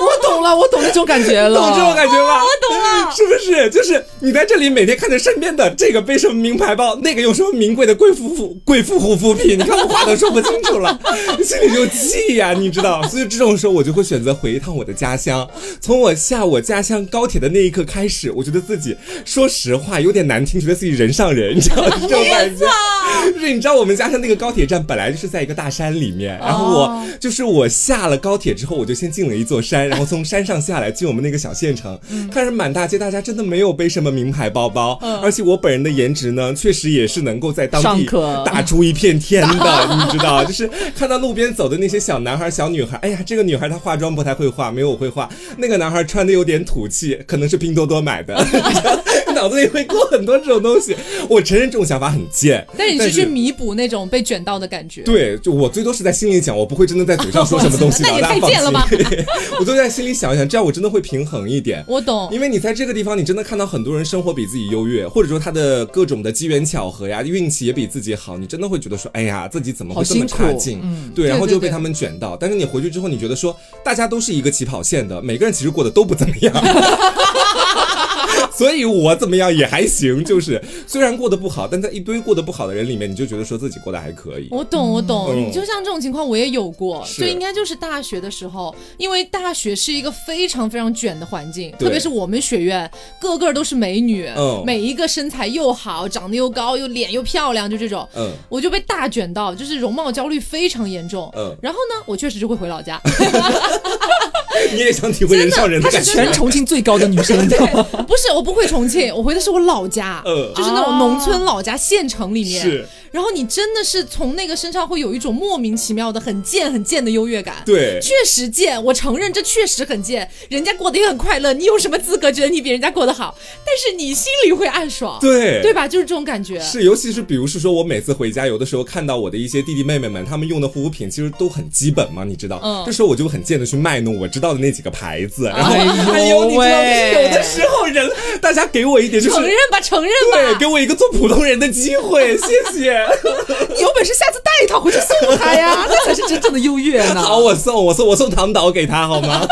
[SPEAKER 3] 我懂了，我懂那种感觉 了，
[SPEAKER 2] 懂这种感觉吧？哦我懂了，是不是？就是你在这里每天看着身边的这个背什么名牌包，那个用什么名贵的贵妇护贵妇护肤品，你看我话都说不清楚了， 心里就气呀、你知道？所以这种时候我就会选择回一趟我的家乡。从我下我家乡高铁的那一刻开始，我觉得自己说实话有点难听，觉得自己人上人，你知道吗？这种感觉。 就是你知道我们家乡那个高铁站本来就是在一个大山里面，然后我就是我下了高铁之后，我就先进了一座山，然后从山上下来进我们那个小县城，看着满大街大家真的没有背什么名牌包包，而且我本人的颜值呢，确实也是能够在当
[SPEAKER 3] 上
[SPEAKER 2] 地
[SPEAKER 3] 课
[SPEAKER 2] 打出一片天的，你知道，就是看到路边走的那些小男孩、小女孩，哎呀，这个女孩她化妆不太会化，没有我会化，那个男孩穿的有点土气，可能是拼多多买的， 脑子里会过很多这种东西。我承认这种想法很贱，
[SPEAKER 1] 但是你是去弥补那种被卷到的感觉。
[SPEAKER 2] 对，就我最多是在心里想，我不会真的在嘴上说什么东西的，
[SPEAKER 1] 那也
[SPEAKER 2] 大家
[SPEAKER 1] 太
[SPEAKER 2] 放
[SPEAKER 1] 贱了吧
[SPEAKER 2] 心。 我就在心里想一想，这样我真的会平衡一点。
[SPEAKER 1] 我懂。
[SPEAKER 2] 因为你在这个地方，你真的看到很多人生活比自己优越，或者说他的各种的机缘巧合呀，运气也比自己好，你真的会觉得说，哎呀，自己怎么会这么差劲？
[SPEAKER 3] 好辛苦嗯
[SPEAKER 2] 对，然后
[SPEAKER 1] 对对
[SPEAKER 2] 就被
[SPEAKER 1] 对
[SPEAKER 2] 他们卷到。但是你回去之后，你觉得说，大家都是一个起跑线的，每个人其实过得都不怎么样。所以我怎么样也还行，就是虽然过得不好，但在一堆过得不好的人里面，你就觉得说自己过得还可以。
[SPEAKER 1] 我懂，我懂。
[SPEAKER 2] 嗯
[SPEAKER 1] 就像这种情况，我也有过，
[SPEAKER 2] 是
[SPEAKER 1] 就应该就是大学的时候，因为大学是一个非常非常卷的环境，
[SPEAKER 2] 对
[SPEAKER 1] 特别是我们学院，个个都是美女，
[SPEAKER 2] 嗯
[SPEAKER 1] 每一个身材又好，长得又高，又脸又漂亮，就这种。
[SPEAKER 2] 嗯。
[SPEAKER 1] 我就被大卷到，就是容貌焦虑非常严重。
[SPEAKER 2] 嗯
[SPEAKER 1] 然后呢，我确实就会回老家，
[SPEAKER 2] 你也想体会人上人的
[SPEAKER 3] 她
[SPEAKER 2] 感
[SPEAKER 3] 是
[SPEAKER 2] 觉？
[SPEAKER 3] 全重庆最高的女生，你知道吗？
[SPEAKER 1] 不是我不回重庆，我回的是我老家，
[SPEAKER 2] 嗯
[SPEAKER 1] 就是那种农村老家县城里面。
[SPEAKER 2] 是，
[SPEAKER 1] 然后你真的是从那个身上会有一种莫名其妙的很贱很贱的优越感。
[SPEAKER 2] 对，
[SPEAKER 1] 确实贱，我承认这确实很贱。人家过得也很快乐，你有什么资格觉得你比人家过得好？但是你心里会暗爽，
[SPEAKER 2] 对，
[SPEAKER 1] 对吧？就是这种感觉。
[SPEAKER 2] 是，尤其是比如是说，我每次回家，有的时候看到我的一些弟弟妹妹们，他们用的护肤品其实都很基本嘛，你知道，
[SPEAKER 1] 嗯哦
[SPEAKER 2] 这时候我就很贱的去卖弄我知道的那几个牌子，然后，
[SPEAKER 3] 哎呦
[SPEAKER 2] 哎呦，你知道，
[SPEAKER 3] 喂
[SPEAKER 2] 有的时候人，大家给我一点就
[SPEAKER 1] 承认
[SPEAKER 2] 是。
[SPEAKER 1] 吧，承认
[SPEAKER 2] 对，
[SPEAKER 1] 吧
[SPEAKER 2] 给。我一个做普通人的机 会，谢谢。
[SPEAKER 3] 你有本事下次带一套回去送她 呀，那才是真正的优越呢。
[SPEAKER 2] 好，我送，我送，我送糖岛给他好 吗？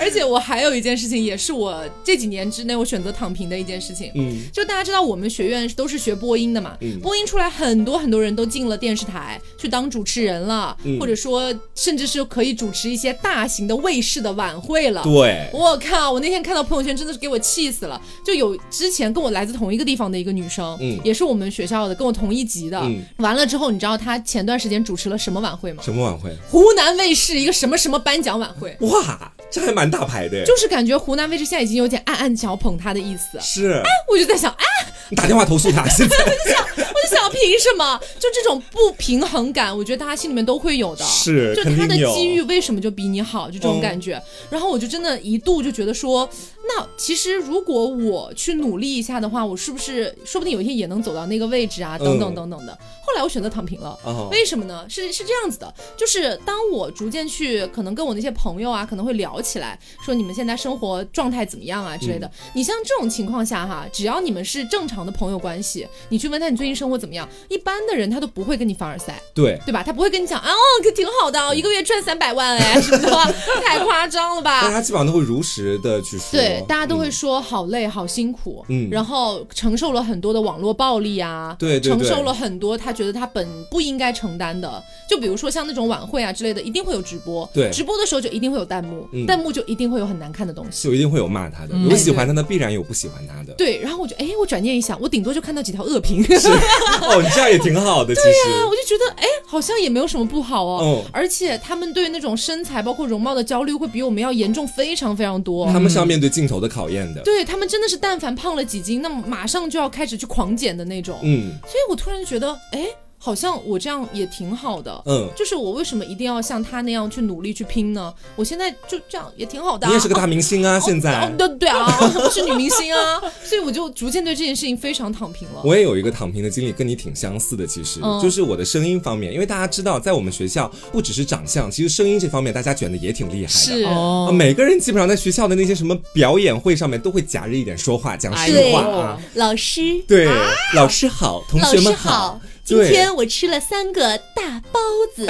[SPEAKER 1] 而且我还有一件事情，也是我这几年之内我选择躺平的一件事情。
[SPEAKER 2] 嗯，
[SPEAKER 1] 就大家知道，我们学院都是学播音的嘛，
[SPEAKER 2] 嗯
[SPEAKER 1] 播音出来很多很多人都进了电视台去当主持人了，
[SPEAKER 2] 嗯
[SPEAKER 1] 或者说甚至是可以主持一些大型的卫视的晚会了。
[SPEAKER 2] 对，
[SPEAKER 1] 我靠！我那天看到朋友圈，真的是给我气死了。就有之前跟我来自同一个地方的一个女生，
[SPEAKER 2] 嗯
[SPEAKER 1] 也是我们学校的，跟我同一级的。
[SPEAKER 2] 嗯
[SPEAKER 1] 完了之后，你知道她前段时间主持了什么晚会吗？
[SPEAKER 2] 什么晚会？
[SPEAKER 1] 湖南卫视一个什么什么颁奖晚会，
[SPEAKER 2] 哇，这还蛮大牌的耶，
[SPEAKER 1] 就是感觉湖南卫视现在已经有点暗暗想要捧她的意思。
[SPEAKER 2] 是
[SPEAKER 1] 我就在想，哎，
[SPEAKER 2] 你打电话投诉他，现在
[SPEAKER 1] 我就想凭什么？就这种不平衡感，我觉得大家心里面都会有的。
[SPEAKER 2] 是
[SPEAKER 1] 就
[SPEAKER 2] 肯
[SPEAKER 1] 他的
[SPEAKER 2] 定有嗯
[SPEAKER 1] 机遇为什么就比你好？就这种感觉。然后我就真的一度就觉得说，那其实如果我去努力一下的话，我是不是说不定有一天也能走到那个位置啊？等等
[SPEAKER 2] 嗯
[SPEAKER 1] 等等的。后来我选择躺平了。
[SPEAKER 2] 哦，
[SPEAKER 1] 为什么呢？是是这样子的，就是当我逐渐去可能跟我那些朋友啊，可能会聊起来，说你们现在生活状态怎么
[SPEAKER 2] 嗯
[SPEAKER 1] 样啊之类的。你像这种情况下哈，只要你们是正常的朋友关系，你去问他你最近生活怎么样，一般的人他都不会跟你凡尔赛。
[SPEAKER 2] 对，
[SPEAKER 1] 对吧？他不会跟你讲啊，哦，可挺好的，一个月赚三百万 哎，什么的，太夸张了
[SPEAKER 2] 大
[SPEAKER 1] 吧？
[SPEAKER 2] 家基本上都会如实的去说，
[SPEAKER 1] 对，大家都会
[SPEAKER 2] 嗯
[SPEAKER 1] 说好累，好辛苦，
[SPEAKER 2] 嗯
[SPEAKER 1] 然后承受了很多的网络暴力啊，
[SPEAKER 2] 对对
[SPEAKER 1] 承
[SPEAKER 2] 对
[SPEAKER 1] 受了很多他觉得他本不应该承担的，就比如说像那种晚会啊之类的，一定会有直播，
[SPEAKER 2] 对
[SPEAKER 1] 直播的时候就一定会有弹幕，
[SPEAKER 2] 嗯
[SPEAKER 1] 弹幕就一定会有很难看的东西。
[SPEAKER 2] 就一定会有骂他的，
[SPEAKER 4] 嗯
[SPEAKER 2] 有喜欢他的，必然有不喜欢他的。
[SPEAKER 1] 对，然后我就哎，我转念一想，我顶多就看到几条恶评，是
[SPEAKER 2] 哦，你这样也挺好的，其
[SPEAKER 1] 啊，
[SPEAKER 2] 实。
[SPEAKER 1] 我就觉得哎，好像也没有什么不好哦。
[SPEAKER 2] 嗯
[SPEAKER 1] 而且他们对那种身材包括容貌的焦虑会比我们要严重非常非常多。
[SPEAKER 2] 他们是要面对镜头的考验的。
[SPEAKER 1] 对他们真的是，但凡胖了几斤，那么马上就要开始去狂减的那种。
[SPEAKER 2] 嗯，
[SPEAKER 1] 所以我突然觉得，哎，好像我这样也挺好的。
[SPEAKER 2] 嗯，
[SPEAKER 1] 就是我为什么一定要像他那样去努力去拼呢？我现在就这样也挺好的、啊。
[SPEAKER 2] 你也是个大明星啊，现在。
[SPEAKER 1] 哦，对对啊，我是女明星啊，所以我就逐渐对这件事情非常躺平了。
[SPEAKER 2] 我也有一个躺平的经历，跟你挺相似的。其实、
[SPEAKER 1] 嗯
[SPEAKER 2] 就是我的声音方面，因为大家知道，在我们学校不只是长相，其实声音这方面大家卷的也挺厉害的。
[SPEAKER 1] 是
[SPEAKER 2] 啊
[SPEAKER 3] 哦，
[SPEAKER 2] 每个人基本上在学校的那些什么表演会上面都会夹着一点说话，讲
[SPEAKER 3] 哎
[SPEAKER 2] 实
[SPEAKER 3] 呦
[SPEAKER 2] 话啊。
[SPEAKER 4] 老师，
[SPEAKER 2] 对，老师好，同
[SPEAKER 4] 老
[SPEAKER 2] 学
[SPEAKER 4] 师
[SPEAKER 2] 们
[SPEAKER 4] 好，今
[SPEAKER 2] 对，
[SPEAKER 4] 天我吃了三个大包子。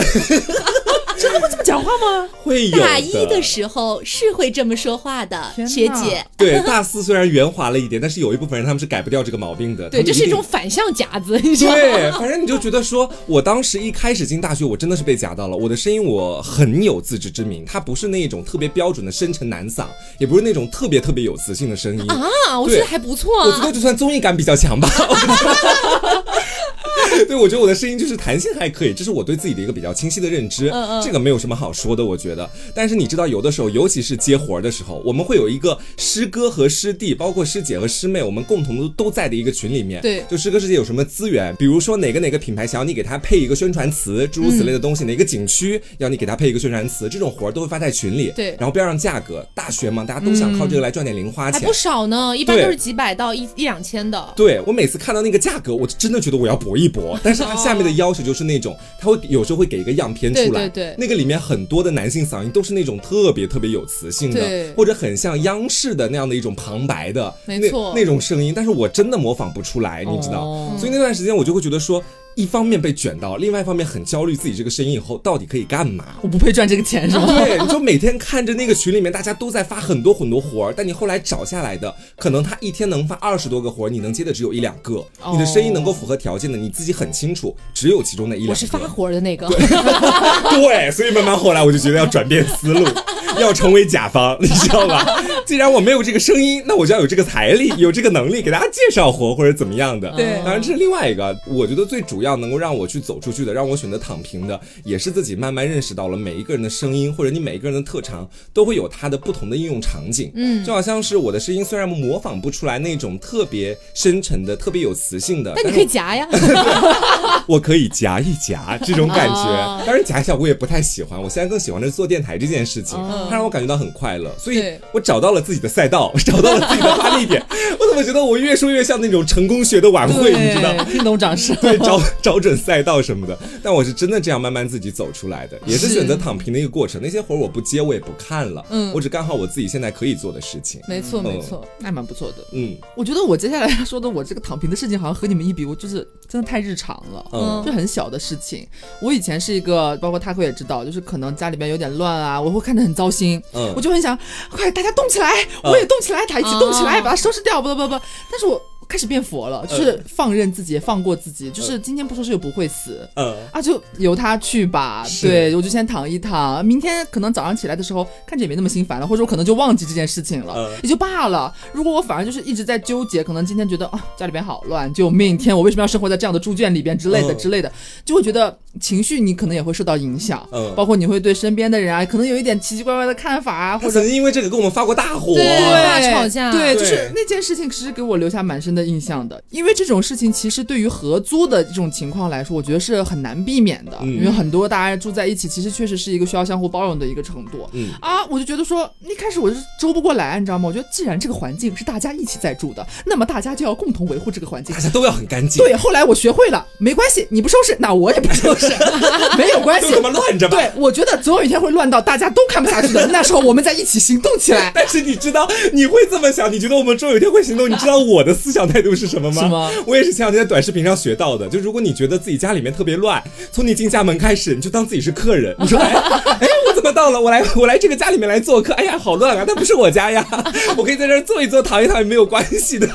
[SPEAKER 3] 这么讲话吗？
[SPEAKER 2] 会有
[SPEAKER 4] 大一的时候是会这么说话的，
[SPEAKER 3] 天哪
[SPEAKER 4] 学姐。
[SPEAKER 2] 对， 大四虽然圆滑了一点，但是有一部分人他们是改不掉这个毛病的。
[SPEAKER 1] 对，
[SPEAKER 2] 他们
[SPEAKER 1] 这是一
[SPEAKER 2] 定
[SPEAKER 1] 种。反向夹子，你知道吗？
[SPEAKER 2] 对，反正你就觉得说，我当时一开始进大学，我真的是被夹到了。我的声音我很有自知之明，它不是那种特别标准的深沉男嗓，也不是那种特别特别有磁性的声音。
[SPEAKER 1] 啊，我觉得还不错
[SPEAKER 2] 我觉
[SPEAKER 1] 啊
[SPEAKER 2] 得。就算综艺感比较强吧。 我不知道对，我觉得我的声音就是弹性还可以，这是我对自己的一个比较清晰的认知。
[SPEAKER 1] 嗯
[SPEAKER 2] 这个没有什么好说的，我觉得。但是你知道，有的时候，尤其是接活儿的时候，我们会有一个师哥和师弟，包括师姐和师妹，我们共同都都在的一个群里面。
[SPEAKER 1] 对
[SPEAKER 2] 就师哥师姐有什么资源，比如说哪个哪个品牌想要你给他配一个宣传词，诸
[SPEAKER 1] 嗯
[SPEAKER 2] 如此类的东西，哪个景区要你给他配一个宣传词，这种活儿都会发在群里。
[SPEAKER 1] 对嗯
[SPEAKER 2] 然后标上价格，大学嘛，大家都想靠这个来赚点零花
[SPEAKER 1] 还
[SPEAKER 2] 钱。
[SPEAKER 1] 不少呢，一般
[SPEAKER 2] 对
[SPEAKER 1] 都是几百到一一两千的。
[SPEAKER 2] 对我每次看到那个价格，我真的觉得我要搏一搏。但是它下面的要求就是那种，它会有时候会给一个样片出来，
[SPEAKER 1] 哦对对对
[SPEAKER 2] 那个里面很多的男性嗓音都是那种特别特别有磁性的
[SPEAKER 1] 对，
[SPEAKER 2] 或者很像央视的那样的一种旁白的，
[SPEAKER 1] 没
[SPEAKER 2] 那
[SPEAKER 1] 错
[SPEAKER 2] 那种声音，但是我真的模仿不出来，你知道。
[SPEAKER 3] 哦
[SPEAKER 2] 所以那段时间我就会觉得说，一方面被卷到，另外一方面很焦虑自己这个声音以后到底可以干嘛。
[SPEAKER 3] 我不配赚这个钱是吗？
[SPEAKER 2] 对，你就每天看着那个群里面大家都在发很多很多活儿，但你后来找下来的，可能他一天能发二十多个活儿，你能接的只有一两个。你
[SPEAKER 1] 哦
[SPEAKER 2] 的声音能够符合条件的，你自己很清楚，只有其中那一两个。
[SPEAKER 1] 我是发火的那个，
[SPEAKER 2] 对，所以慢慢后来我就觉得要转变思 路，要成为甲方，你知道吧？既然我没有这个声音，那我就要有这个财 力，有这个能力给大家介绍活或者怎么样的。
[SPEAKER 3] 对
[SPEAKER 2] 当然这是另外一个，我觉得最主要能够让我去走出去的，让我选择躺平的，也是自己慢慢认识到了每一个人的声音或者你每一个人的特长都会有它的不同的应用场景。嗯，就好像是我的声音虽然模仿不出来那种特别深沉的、特别有磁性的，
[SPEAKER 1] 但你
[SPEAKER 2] 是
[SPEAKER 1] 可以夹呀。
[SPEAKER 2] 我可以夹一夹这种感觉
[SPEAKER 1] 啊。
[SPEAKER 2] 当然夹一下我也不太喜欢，我现在更喜欢的是做电台这件事情，它让我感觉到很快乐，所以
[SPEAKER 1] 对
[SPEAKER 2] 我找到了自己的赛道， 找到了自己的发力点。我怎么觉得我越说越像那种成功学的晚会，你知道？
[SPEAKER 3] 对，听懂掌声。
[SPEAKER 2] 对，找找准赛道什么的，但我是真的这样慢慢自己走出来的，也是选择躺平的一个过程。那些活儿我不接，我也不看了，
[SPEAKER 1] 嗯
[SPEAKER 2] 我只干好我自己现在可以做的事情。
[SPEAKER 1] 没错，没错。
[SPEAKER 3] 那还蛮不错的，
[SPEAKER 2] 嗯
[SPEAKER 3] 我觉得我接下来要说的我这个躺平的事情，好像和你们一比，我就是真的太日常了。
[SPEAKER 1] 嗯
[SPEAKER 2] 嗯
[SPEAKER 3] 就很小的事情，我以前是一个，包括他会也知道，就是可能家里边有点乱啊，我会看得很糟心，
[SPEAKER 2] 嗯
[SPEAKER 3] 我就很想快大家动起来，
[SPEAKER 2] 嗯
[SPEAKER 3] 我也动起来，大家一起动起来，
[SPEAKER 1] 哦
[SPEAKER 3] 把它收拾掉，不不不不，但是我开始变佛了，
[SPEAKER 2] 嗯
[SPEAKER 3] 就是放任自己，放过自己，就是今天不收拾又不会死，
[SPEAKER 2] 嗯，
[SPEAKER 3] 啊，就由他去吧。
[SPEAKER 2] 是
[SPEAKER 3] 对，我就先躺一躺，明天可能早上起来的时候看着也没那么心烦了，或者我可能就忘记这件事情了，
[SPEAKER 2] 嗯
[SPEAKER 3] 也就罢了。如果我反而就是一直在纠结，可能今天觉得啊家里边好乱，救命！天，我为什么要生活在这样的猪圈里边之类的、
[SPEAKER 2] 嗯
[SPEAKER 3] 之类的，就会觉得情绪你可能也会受到影响，
[SPEAKER 2] 嗯
[SPEAKER 3] 包括你会对身边的人啊，可能有一点奇奇怪怪的看法啊，或
[SPEAKER 2] 他
[SPEAKER 3] 者
[SPEAKER 2] 曾经因为这个跟我们发过大火，
[SPEAKER 1] 对哦大
[SPEAKER 3] 对
[SPEAKER 1] 吵架
[SPEAKER 3] 对，就
[SPEAKER 2] 对
[SPEAKER 3] 是那件事情是给我留下蛮深的印象的，因为这种事情其实对于合租的这种情况来说，我觉得是很难避免的，
[SPEAKER 2] 嗯
[SPEAKER 3] 因为很多大家住在一起，其实确实是一个需要相互包容的一个程度。
[SPEAKER 2] 嗯
[SPEAKER 3] 啊，我就觉得说，一开始我就是周不过来，你知道吗？我觉得既然这个环境是大家一起在住的，那么大家就要共同维护这个环 境
[SPEAKER 2] 大。家都要很干净，
[SPEAKER 3] 对，后来我学会了，没关系，你不收拾，那我也不收 拾，没有关
[SPEAKER 2] 都
[SPEAKER 3] 系
[SPEAKER 2] 他。妈乱着吧。
[SPEAKER 3] 对，我觉得总有一天会乱到大家都看不下去的，那时候我们再一起行动起 来。
[SPEAKER 2] 但是你知道你会这么想，你觉得我们终有一天会行动？你知道我的思想态度是什么吗？
[SPEAKER 3] 是吗
[SPEAKER 2] 我也是前两天在短视频上学到的。就如果你觉得自己家里面特别乱，从你进家门开始，你就当自己是客人。你 说，哎，哎我怎么到了？我来，我来这个家里面来做客。哎呀，好乱啊！但不是我家 呀，我可以在这儿坐一坐、躺一躺也没有关系的。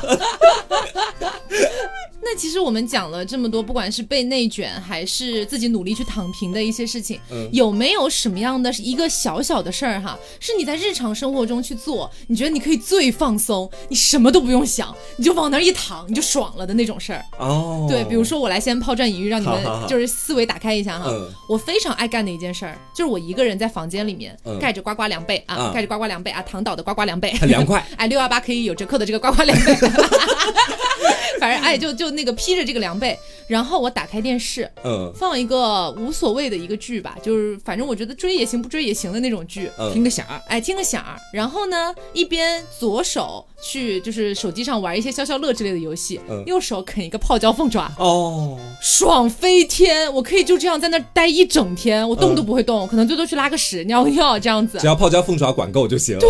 [SPEAKER 1] 那其实我们讲了这么多，不管是被内卷还是自己努力去躺平的一些事情，
[SPEAKER 2] 嗯
[SPEAKER 1] 有没有什么样的一个小小的事儿哈，是你在日常生活中去做，你觉得你可以最放松，你什么都不用想，你就往那儿一躺，你就爽了的那种事儿？
[SPEAKER 2] 哦
[SPEAKER 1] 对，比如，说我来先抛砖引玉，让你们
[SPEAKER 2] 好好好
[SPEAKER 1] 就是思维打开一下哈。
[SPEAKER 2] 嗯
[SPEAKER 1] 我非常爱干的一件事儿，就是我一个人在房间里面、
[SPEAKER 2] 嗯
[SPEAKER 1] 盖着呱呱凉被啊，
[SPEAKER 2] 嗯
[SPEAKER 1] 盖着呱呱凉被啊，躺倒的呱呱凉被，
[SPEAKER 2] 很凉快。
[SPEAKER 1] 哎，六幺八可以有折扣的这个呱呱凉被， 反正哎，就就那个披着这个凉被，然后我打开电视，
[SPEAKER 2] 嗯
[SPEAKER 1] 放一个无所谓的一个剧吧，就是反正我觉得追也行，不追也行的那种剧。
[SPEAKER 2] 嗯，
[SPEAKER 3] 听个响儿，
[SPEAKER 1] 哎，听个响儿，然后呢，一边左手去就是手机上玩一些消消乐之类的游戏，
[SPEAKER 2] 嗯
[SPEAKER 1] 右手啃一个泡椒凤爪，
[SPEAKER 2] 哦，
[SPEAKER 1] 爽飞天！我可以就这样在那儿待一整天，我动
[SPEAKER 2] 嗯
[SPEAKER 1] 都不会动，可能最多去拉个屎、尿个尿这样子
[SPEAKER 2] 只。要泡椒凤爪管够就行，
[SPEAKER 1] 对，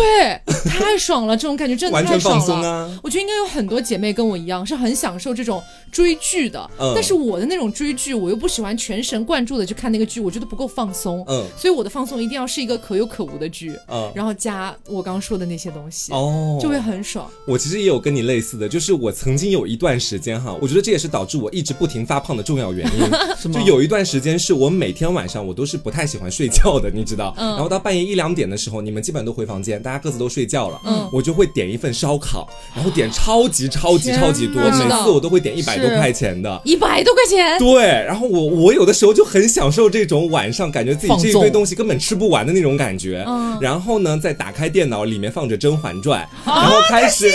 [SPEAKER 1] 太爽了，这种感觉真的
[SPEAKER 2] 完
[SPEAKER 1] 太
[SPEAKER 2] 全
[SPEAKER 1] 爽
[SPEAKER 2] 放
[SPEAKER 1] 了。
[SPEAKER 2] 松啊。
[SPEAKER 1] 我觉得应该有很多姐妹跟我一样，是很享受这种追剧的。
[SPEAKER 2] 嗯
[SPEAKER 1] 但是我的那种追剧，我又不喜欢全神贯注的去看那个剧，我觉得不够放松。
[SPEAKER 2] 嗯
[SPEAKER 1] 所以我的放松一定要是一个可有可无的剧，
[SPEAKER 2] 嗯，
[SPEAKER 1] 然后加我刚说的那些东西，
[SPEAKER 2] 哦，
[SPEAKER 1] 就会很爽。
[SPEAKER 2] 我其实也有跟你类似的，就是我曾经有一段时间哈，我觉得这也是导致我一直不停发胖的重要原
[SPEAKER 3] 是
[SPEAKER 2] 因。
[SPEAKER 3] 吗
[SPEAKER 2] 就有一段时间是我每天晚上我都是不太喜欢睡觉的，你知道。
[SPEAKER 1] 嗯
[SPEAKER 2] 然后到半夜一两点的时候，你们基本都回房间，大家各自都睡觉了，
[SPEAKER 1] 嗯
[SPEAKER 2] 我就会点一份烧烤，然后点超级超级
[SPEAKER 1] 天
[SPEAKER 2] 超级多，
[SPEAKER 1] 哪
[SPEAKER 2] 每次我都会点一百多
[SPEAKER 3] 是
[SPEAKER 2] 块钱的。
[SPEAKER 1] 一百多块钱，
[SPEAKER 2] 对，然后我我有的时候就很享受这种晚上感觉自己
[SPEAKER 3] 放
[SPEAKER 2] 这一
[SPEAKER 3] 纵
[SPEAKER 2] 堆东西根本吃不完的那种感觉。
[SPEAKER 1] 嗯
[SPEAKER 2] 然后呢，再打开电脑，里面放着《甄嬛传》，
[SPEAKER 1] 啊
[SPEAKER 2] 然后开始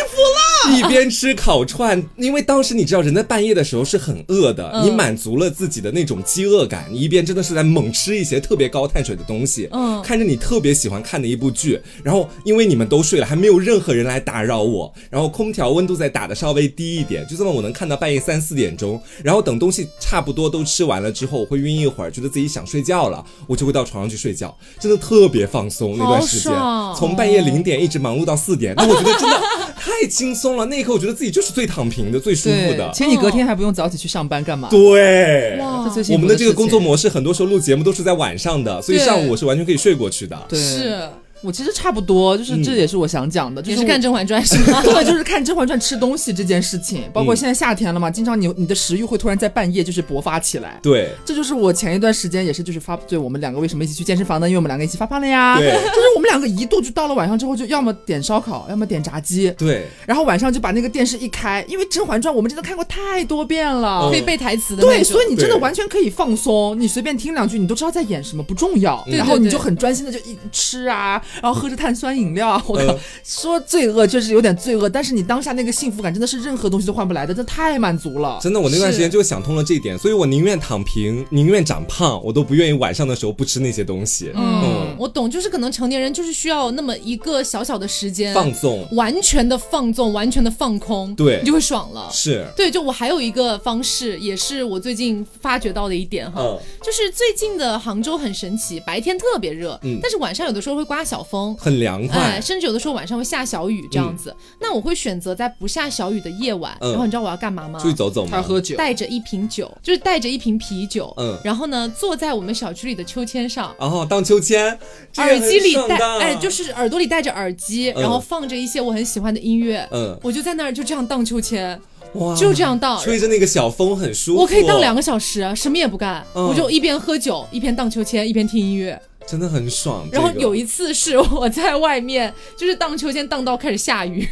[SPEAKER 2] 一边吃烤串，因为当时你知道人在半夜的时候是很饿的，
[SPEAKER 1] 嗯
[SPEAKER 2] 你满足了自己的那种饥饿感，你一边真的是在猛吃一些特别高碳水的东西。
[SPEAKER 1] 嗯，
[SPEAKER 2] 看着你特别喜欢看的一部剧，然后因为你们都睡了，还没有任何人来打扰我，然后空调温度再打的稍微低一点，就这么我能看到半夜三四点钟，然后等东西差不多都吃完了之后，我会晕一会儿，觉得自己想睡觉了，我就会到床上去睡觉，真的特别放松那段时间
[SPEAKER 1] 好爽，
[SPEAKER 2] 从半夜零点一直忙碌到四点，但我觉得真的太轻松了，那一刻我觉得自己就是最躺平的、最舒服
[SPEAKER 3] 对
[SPEAKER 2] 的，
[SPEAKER 3] 其实你隔天还不用早起去上班干嘛？
[SPEAKER 2] 对。
[SPEAKER 1] 哇
[SPEAKER 3] 这，最幸
[SPEAKER 2] 我
[SPEAKER 3] 福
[SPEAKER 2] 们的这个
[SPEAKER 3] 事
[SPEAKER 2] 工作
[SPEAKER 3] 情
[SPEAKER 2] 模式，很多时候录节目都是在晚上的，所以上午
[SPEAKER 1] 对
[SPEAKER 2] 我是完全可以睡过去的。
[SPEAKER 3] 对
[SPEAKER 1] 是
[SPEAKER 3] 我其实差不多，就是
[SPEAKER 2] 嗯
[SPEAKER 3] 这也是我想讲的，就
[SPEAKER 1] 也
[SPEAKER 3] 是
[SPEAKER 1] 是
[SPEAKER 3] 我啊
[SPEAKER 1] 干《甄嬛传》是 吗？
[SPEAKER 3] 对，就是看《甄嬛传》吃东西这件事情，包括
[SPEAKER 2] 嗯
[SPEAKER 3] 现在夏天了嘛，经常你你的食欲会突然在半夜就是勃发起来。
[SPEAKER 2] 对，
[SPEAKER 3] 这就是我前一段时间也是，就是发，对我们两个为什么一起去健身房呢？因为我们两个一起发胖了呀。
[SPEAKER 2] 对
[SPEAKER 3] 就是我们两个一度就到了晚上之后，就要么点烧烤，要么点炸鸡，
[SPEAKER 2] 对，
[SPEAKER 3] 然后晚上就把那个电视一开，因为《甄嬛传》我们真的看过太多遍了。
[SPEAKER 2] 嗯
[SPEAKER 1] 可以背台词的那
[SPEAKER 3] 对，
[SPEAKER 1] 种。
[SPEAKER 3] 所以你真的
[SPEAKER 2] 对
[SPEAKER 3] 完全可以放松，你随便听两句，你都知道在演什么，不重要。
[SPEAKER 2] 对
[SPEAKER 3] 然后
[SPEAKER 1] 对
[SPEAKER 3] 你
[SPEAKER 1] 对
[SPEAKER 3] 就很专心的就一吃啊，然后喝着碳酸饮料啊。 我靠，
[SPEAKER 2] 嗯
[SPEAKER 3] 说罪恶确实有点罪恶，但是你当下那个幸福感真的是任何东西都换不来的，真的太满足了。
[SPEAKER 2] 真的，我那段时间就想通了这一点，所以我宁愿躺平，宁愿长胖，我都不愿意晚上的时候不吃那些东西，
[SPEAKER 1] 嗯，我懂，就是可能成年人就是需要那么一个小小的时间
[SPEAKER 2] 放纵。
[SPEAKER 1] 完全的放纵，完全的放空，
[SPEAKER 2] 对
[SPEAKER 1] 你就会爽了。
[SPEAKER 2] 是，
[SPEAKER 1] 对，就我还有一个方式，也是我最近发掘到的一点哈，
[SPEAKER 2] 嗯
[SPEAKER 1] 就是最近的杭州很神奇，白天特别热，
[SPEAKER 2] 嗯
[SPEAKER 1] 但是晚上有的时候会刮小风。
[SPEAKER 2] 很凉
[SPEAKER 1] 哎，
[SPEAKER 2] 快。
[SPEAKER 1] 甚至有的时候晚上会下小雨这样子，那我会选择在不下小雨的夜晚，
[SPEAKER 2] 嗯
[SPEAKER 1] 然后你知道我要干嘛吗？
[SPEAKER 2] 出去走走
[SPEAKER 3] 他
[SPEAKER 2] 嘛，
[SPEAKER 3] 喝酒，
[SPEAKER 1] 带着一瓶酒，就是带着一瓶啤酒，
[SPEAKER 2] 嗯
[SPEAKER 1] 然后呢坐在我们小区里的秋千上，
[SPEAKER 2] 然后荡秋千，这
[SPEAKER 1] 耳
[SPEAKER 2] 也很
[SPEAKER 1] 机里
[SPEAKER 2] 爽
[SPEAKER 1] 戴，
[SPEAKER 2] 的
[SPEAKER 1] 哎，就是耳朵里戴着耳机，
[SPEAKER 2] 嗯
[SPEAKER 1] 然后放着一些我很喜欢的音乐，
[SPEAKER 2] 嗯
[SPEAKER 1] 我就在那儿就这样荡秋千，
[SPEAKER 2] 哇，
[SPEAKER 1] 就这样荡。
[SPEAKER 2] 吹着那个小风很舒服。哦
[SPEAKER 1] 我可以荡两，个小时，啊什么也不干，
[SPEAKER 2] 嗯
[SPEAKER 1] 我就一边喝酒，一边荡秋千，一边听音乐。
[SPEAKER 2] 真的很爽。
[SPEAKER 1] 然后
[SPEAKER 2] 这个
[SPEAKER 1] 有一次是我在外面，就是荡秋千荡到开始下 雨，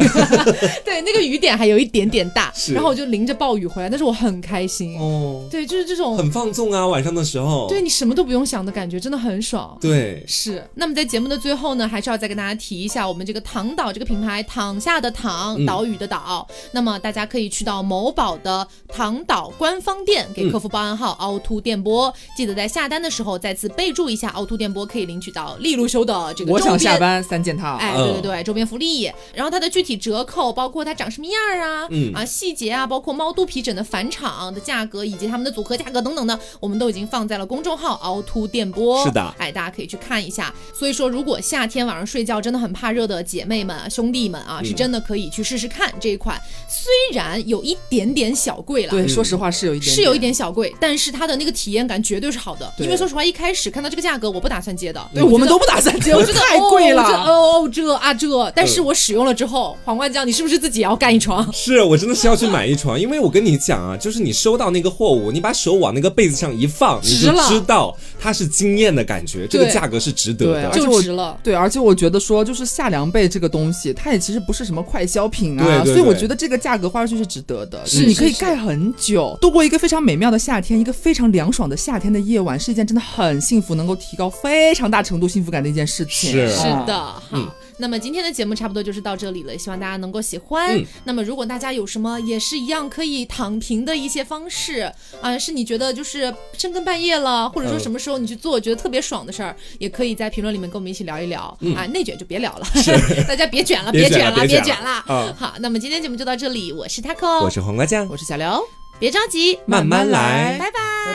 [SPEAKER 1] 对，那个雨点还有一点点大，
[SPEAKER 2] 是
[SPEAKER 1] 然后我就淋着暴雨回来，但是我很开心。
[SPEAKER 2] 哦，
[SPEAKER 1] 对，就是这种，
[SPEAKER 2] 很放纵啊，晚上的时候。
[SPEAKER 1] 对你什么都不用想的感觉，真的很爽。
[SPEAKER 2] 对，
[SPEAKER 1] 是，那么在节目的最后呢，还是要再跟大家提一下我们这个“躺岛”这个品牌，躺下的躺，
[SPEAKER 2] 嗯
[SPEAKER 1] 岛屿的岛。那么大家可以去到某宝的躺岛官方店，给
[SPEAKER 3] 嗯
[SPEAKER 1] 客服报暗号“凹凸电波”，记得在下单的时候再次备注一下“凹凸电波”，可以领取到利路修的这个
[SPEAKER 3] 我
[SPEAKER 1] 周
[SPEAKER 3] 想下
[SPEAKER 1] 边。
[SPEAKER 3] 班三件套。
[SPEAKER 1] 哎，
[SPEAKER 2] 嗯
[SPEAKER 1] 对对对，周边福利，然后它的具体折扣，包括它长什么样儿啊，
[SPEAKER 2] 嗯
[SPEAKER 1] 啊细节啊，包括猫肚皮枕的返场的价格，以及他们的组合价格等等的，我们都已经放在了公众号凹凸电波。
[SPEAKER 2] 是的
[SPEAKER 1] 哎，大家可以去看一下。所以说，如果夏天晚上睡觉真的很怕热的姐妹们、兄弟们
[SPEAKER 3] 嗯
[SPEAKER 1] 啊，是真的可以去试试看这一款，虽然有一点点小贵了。
[SPEAKER 3] 对，说实话是有一点，
[SPEAKER 1] 是有一。点小贵，但是它的那个体验感绝对是好的。
[SPEAKER 3] 对
[SPEAKER 1] 因为说实话，一开始看到这个价格，我不打算接的。
[SPEAKER 3] 对，我
[SPEAKER 1] 觉得
[SPEAKER 3] 们都不打算接，
[SPEAKER 1] 我觉
[SPEAKER 3] 觉
[SPEAKER 1] 得
[SPEAKER 3] 得太贵了。嗯
[SPEAKER 1] 哦，这哦这啊这，但是我使用了之后，黄瓜酱，你是不是自己也要干一床？
[SPEAKER 2] 是我真的是要去买一床，因为我跟你讲啊，就是你收到那个货物，你把手往那个被子上一放，你
[SPEAKER 1] 值
[SPEAKER 2] 就
[SPEAKER 1] 了
[SPEAKER 2] 知道它是惊艳的感觉，这个
[SPEAKER 1] 对啊
[SPEAKER 2] 价格是值得的，
[SPEAKER 3] 对
[SPEAKER 2] 而且
[SPEAKER 3] 而且我
[SPEAKER 1] 就值了。
[SPEAKER 3] 对，而且我觉得说，就是夏凉被这个东西，它也其实不是什么快消品啊，
[SPEAKER 2] 对对对
[SPEAKER 3] 所以我觉得这个价格花出去是值得的。
[SPEAKER 1] 是
[SPEAKER 3] 你
[SPEAKER 1] 是
[SPEAKER 3] 可以
[SPEAKER 1] 是
[SPEAKER 3] 盖很久，度过一个非常美妙的夏天，一个非常凉爽的夏天的夜晚，是一件真的很幸福，能够提高非常大程度幸福感的一件事情。
[SPEAKER 2] 是
[SPEAKER 1] 是
[SPEAKER 3] 嗯
[SPEAKER 1] 的，，好。那么今天的节目差不多就是到这里了，希望大家能够喜欢。
[SPEAKER 2] 嗯
[SPEAKER 1] 那么如果大家有什么也是一样可以躺平的一些方式啊、是你觉得就是深更半夜了，或者说
[SPEAKER 2] 嗯
[SPEAKER 1] 什么时候你去做觉得特别爽的事儿，也可以在评论里面跟我们一起聊一聊、啊。内卷就别聊了， 大家别卷了，
[SPEAKER 2] 嗯别
[SPEAKER 1] 卷
[SPEAKER 2] 卷了别
[SPEAKER 1] 别
[SPEAKER 2] 卷
[SPEAKER 1] 卷了。
[SPEAKER 2] 啊
[SPEAKER 1] 好，那么今天节目就到这里，我是 taco，
[SPEAKER 2] 我是黄瓜酱，
[SPEAKER 3] 我是小刘，
[SPEAKER 1] 别着急，
[SPEAKER 2] 慢慢来
[SPEAKER 1] 拜拜。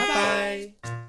[SPEAKER 2] 拜拜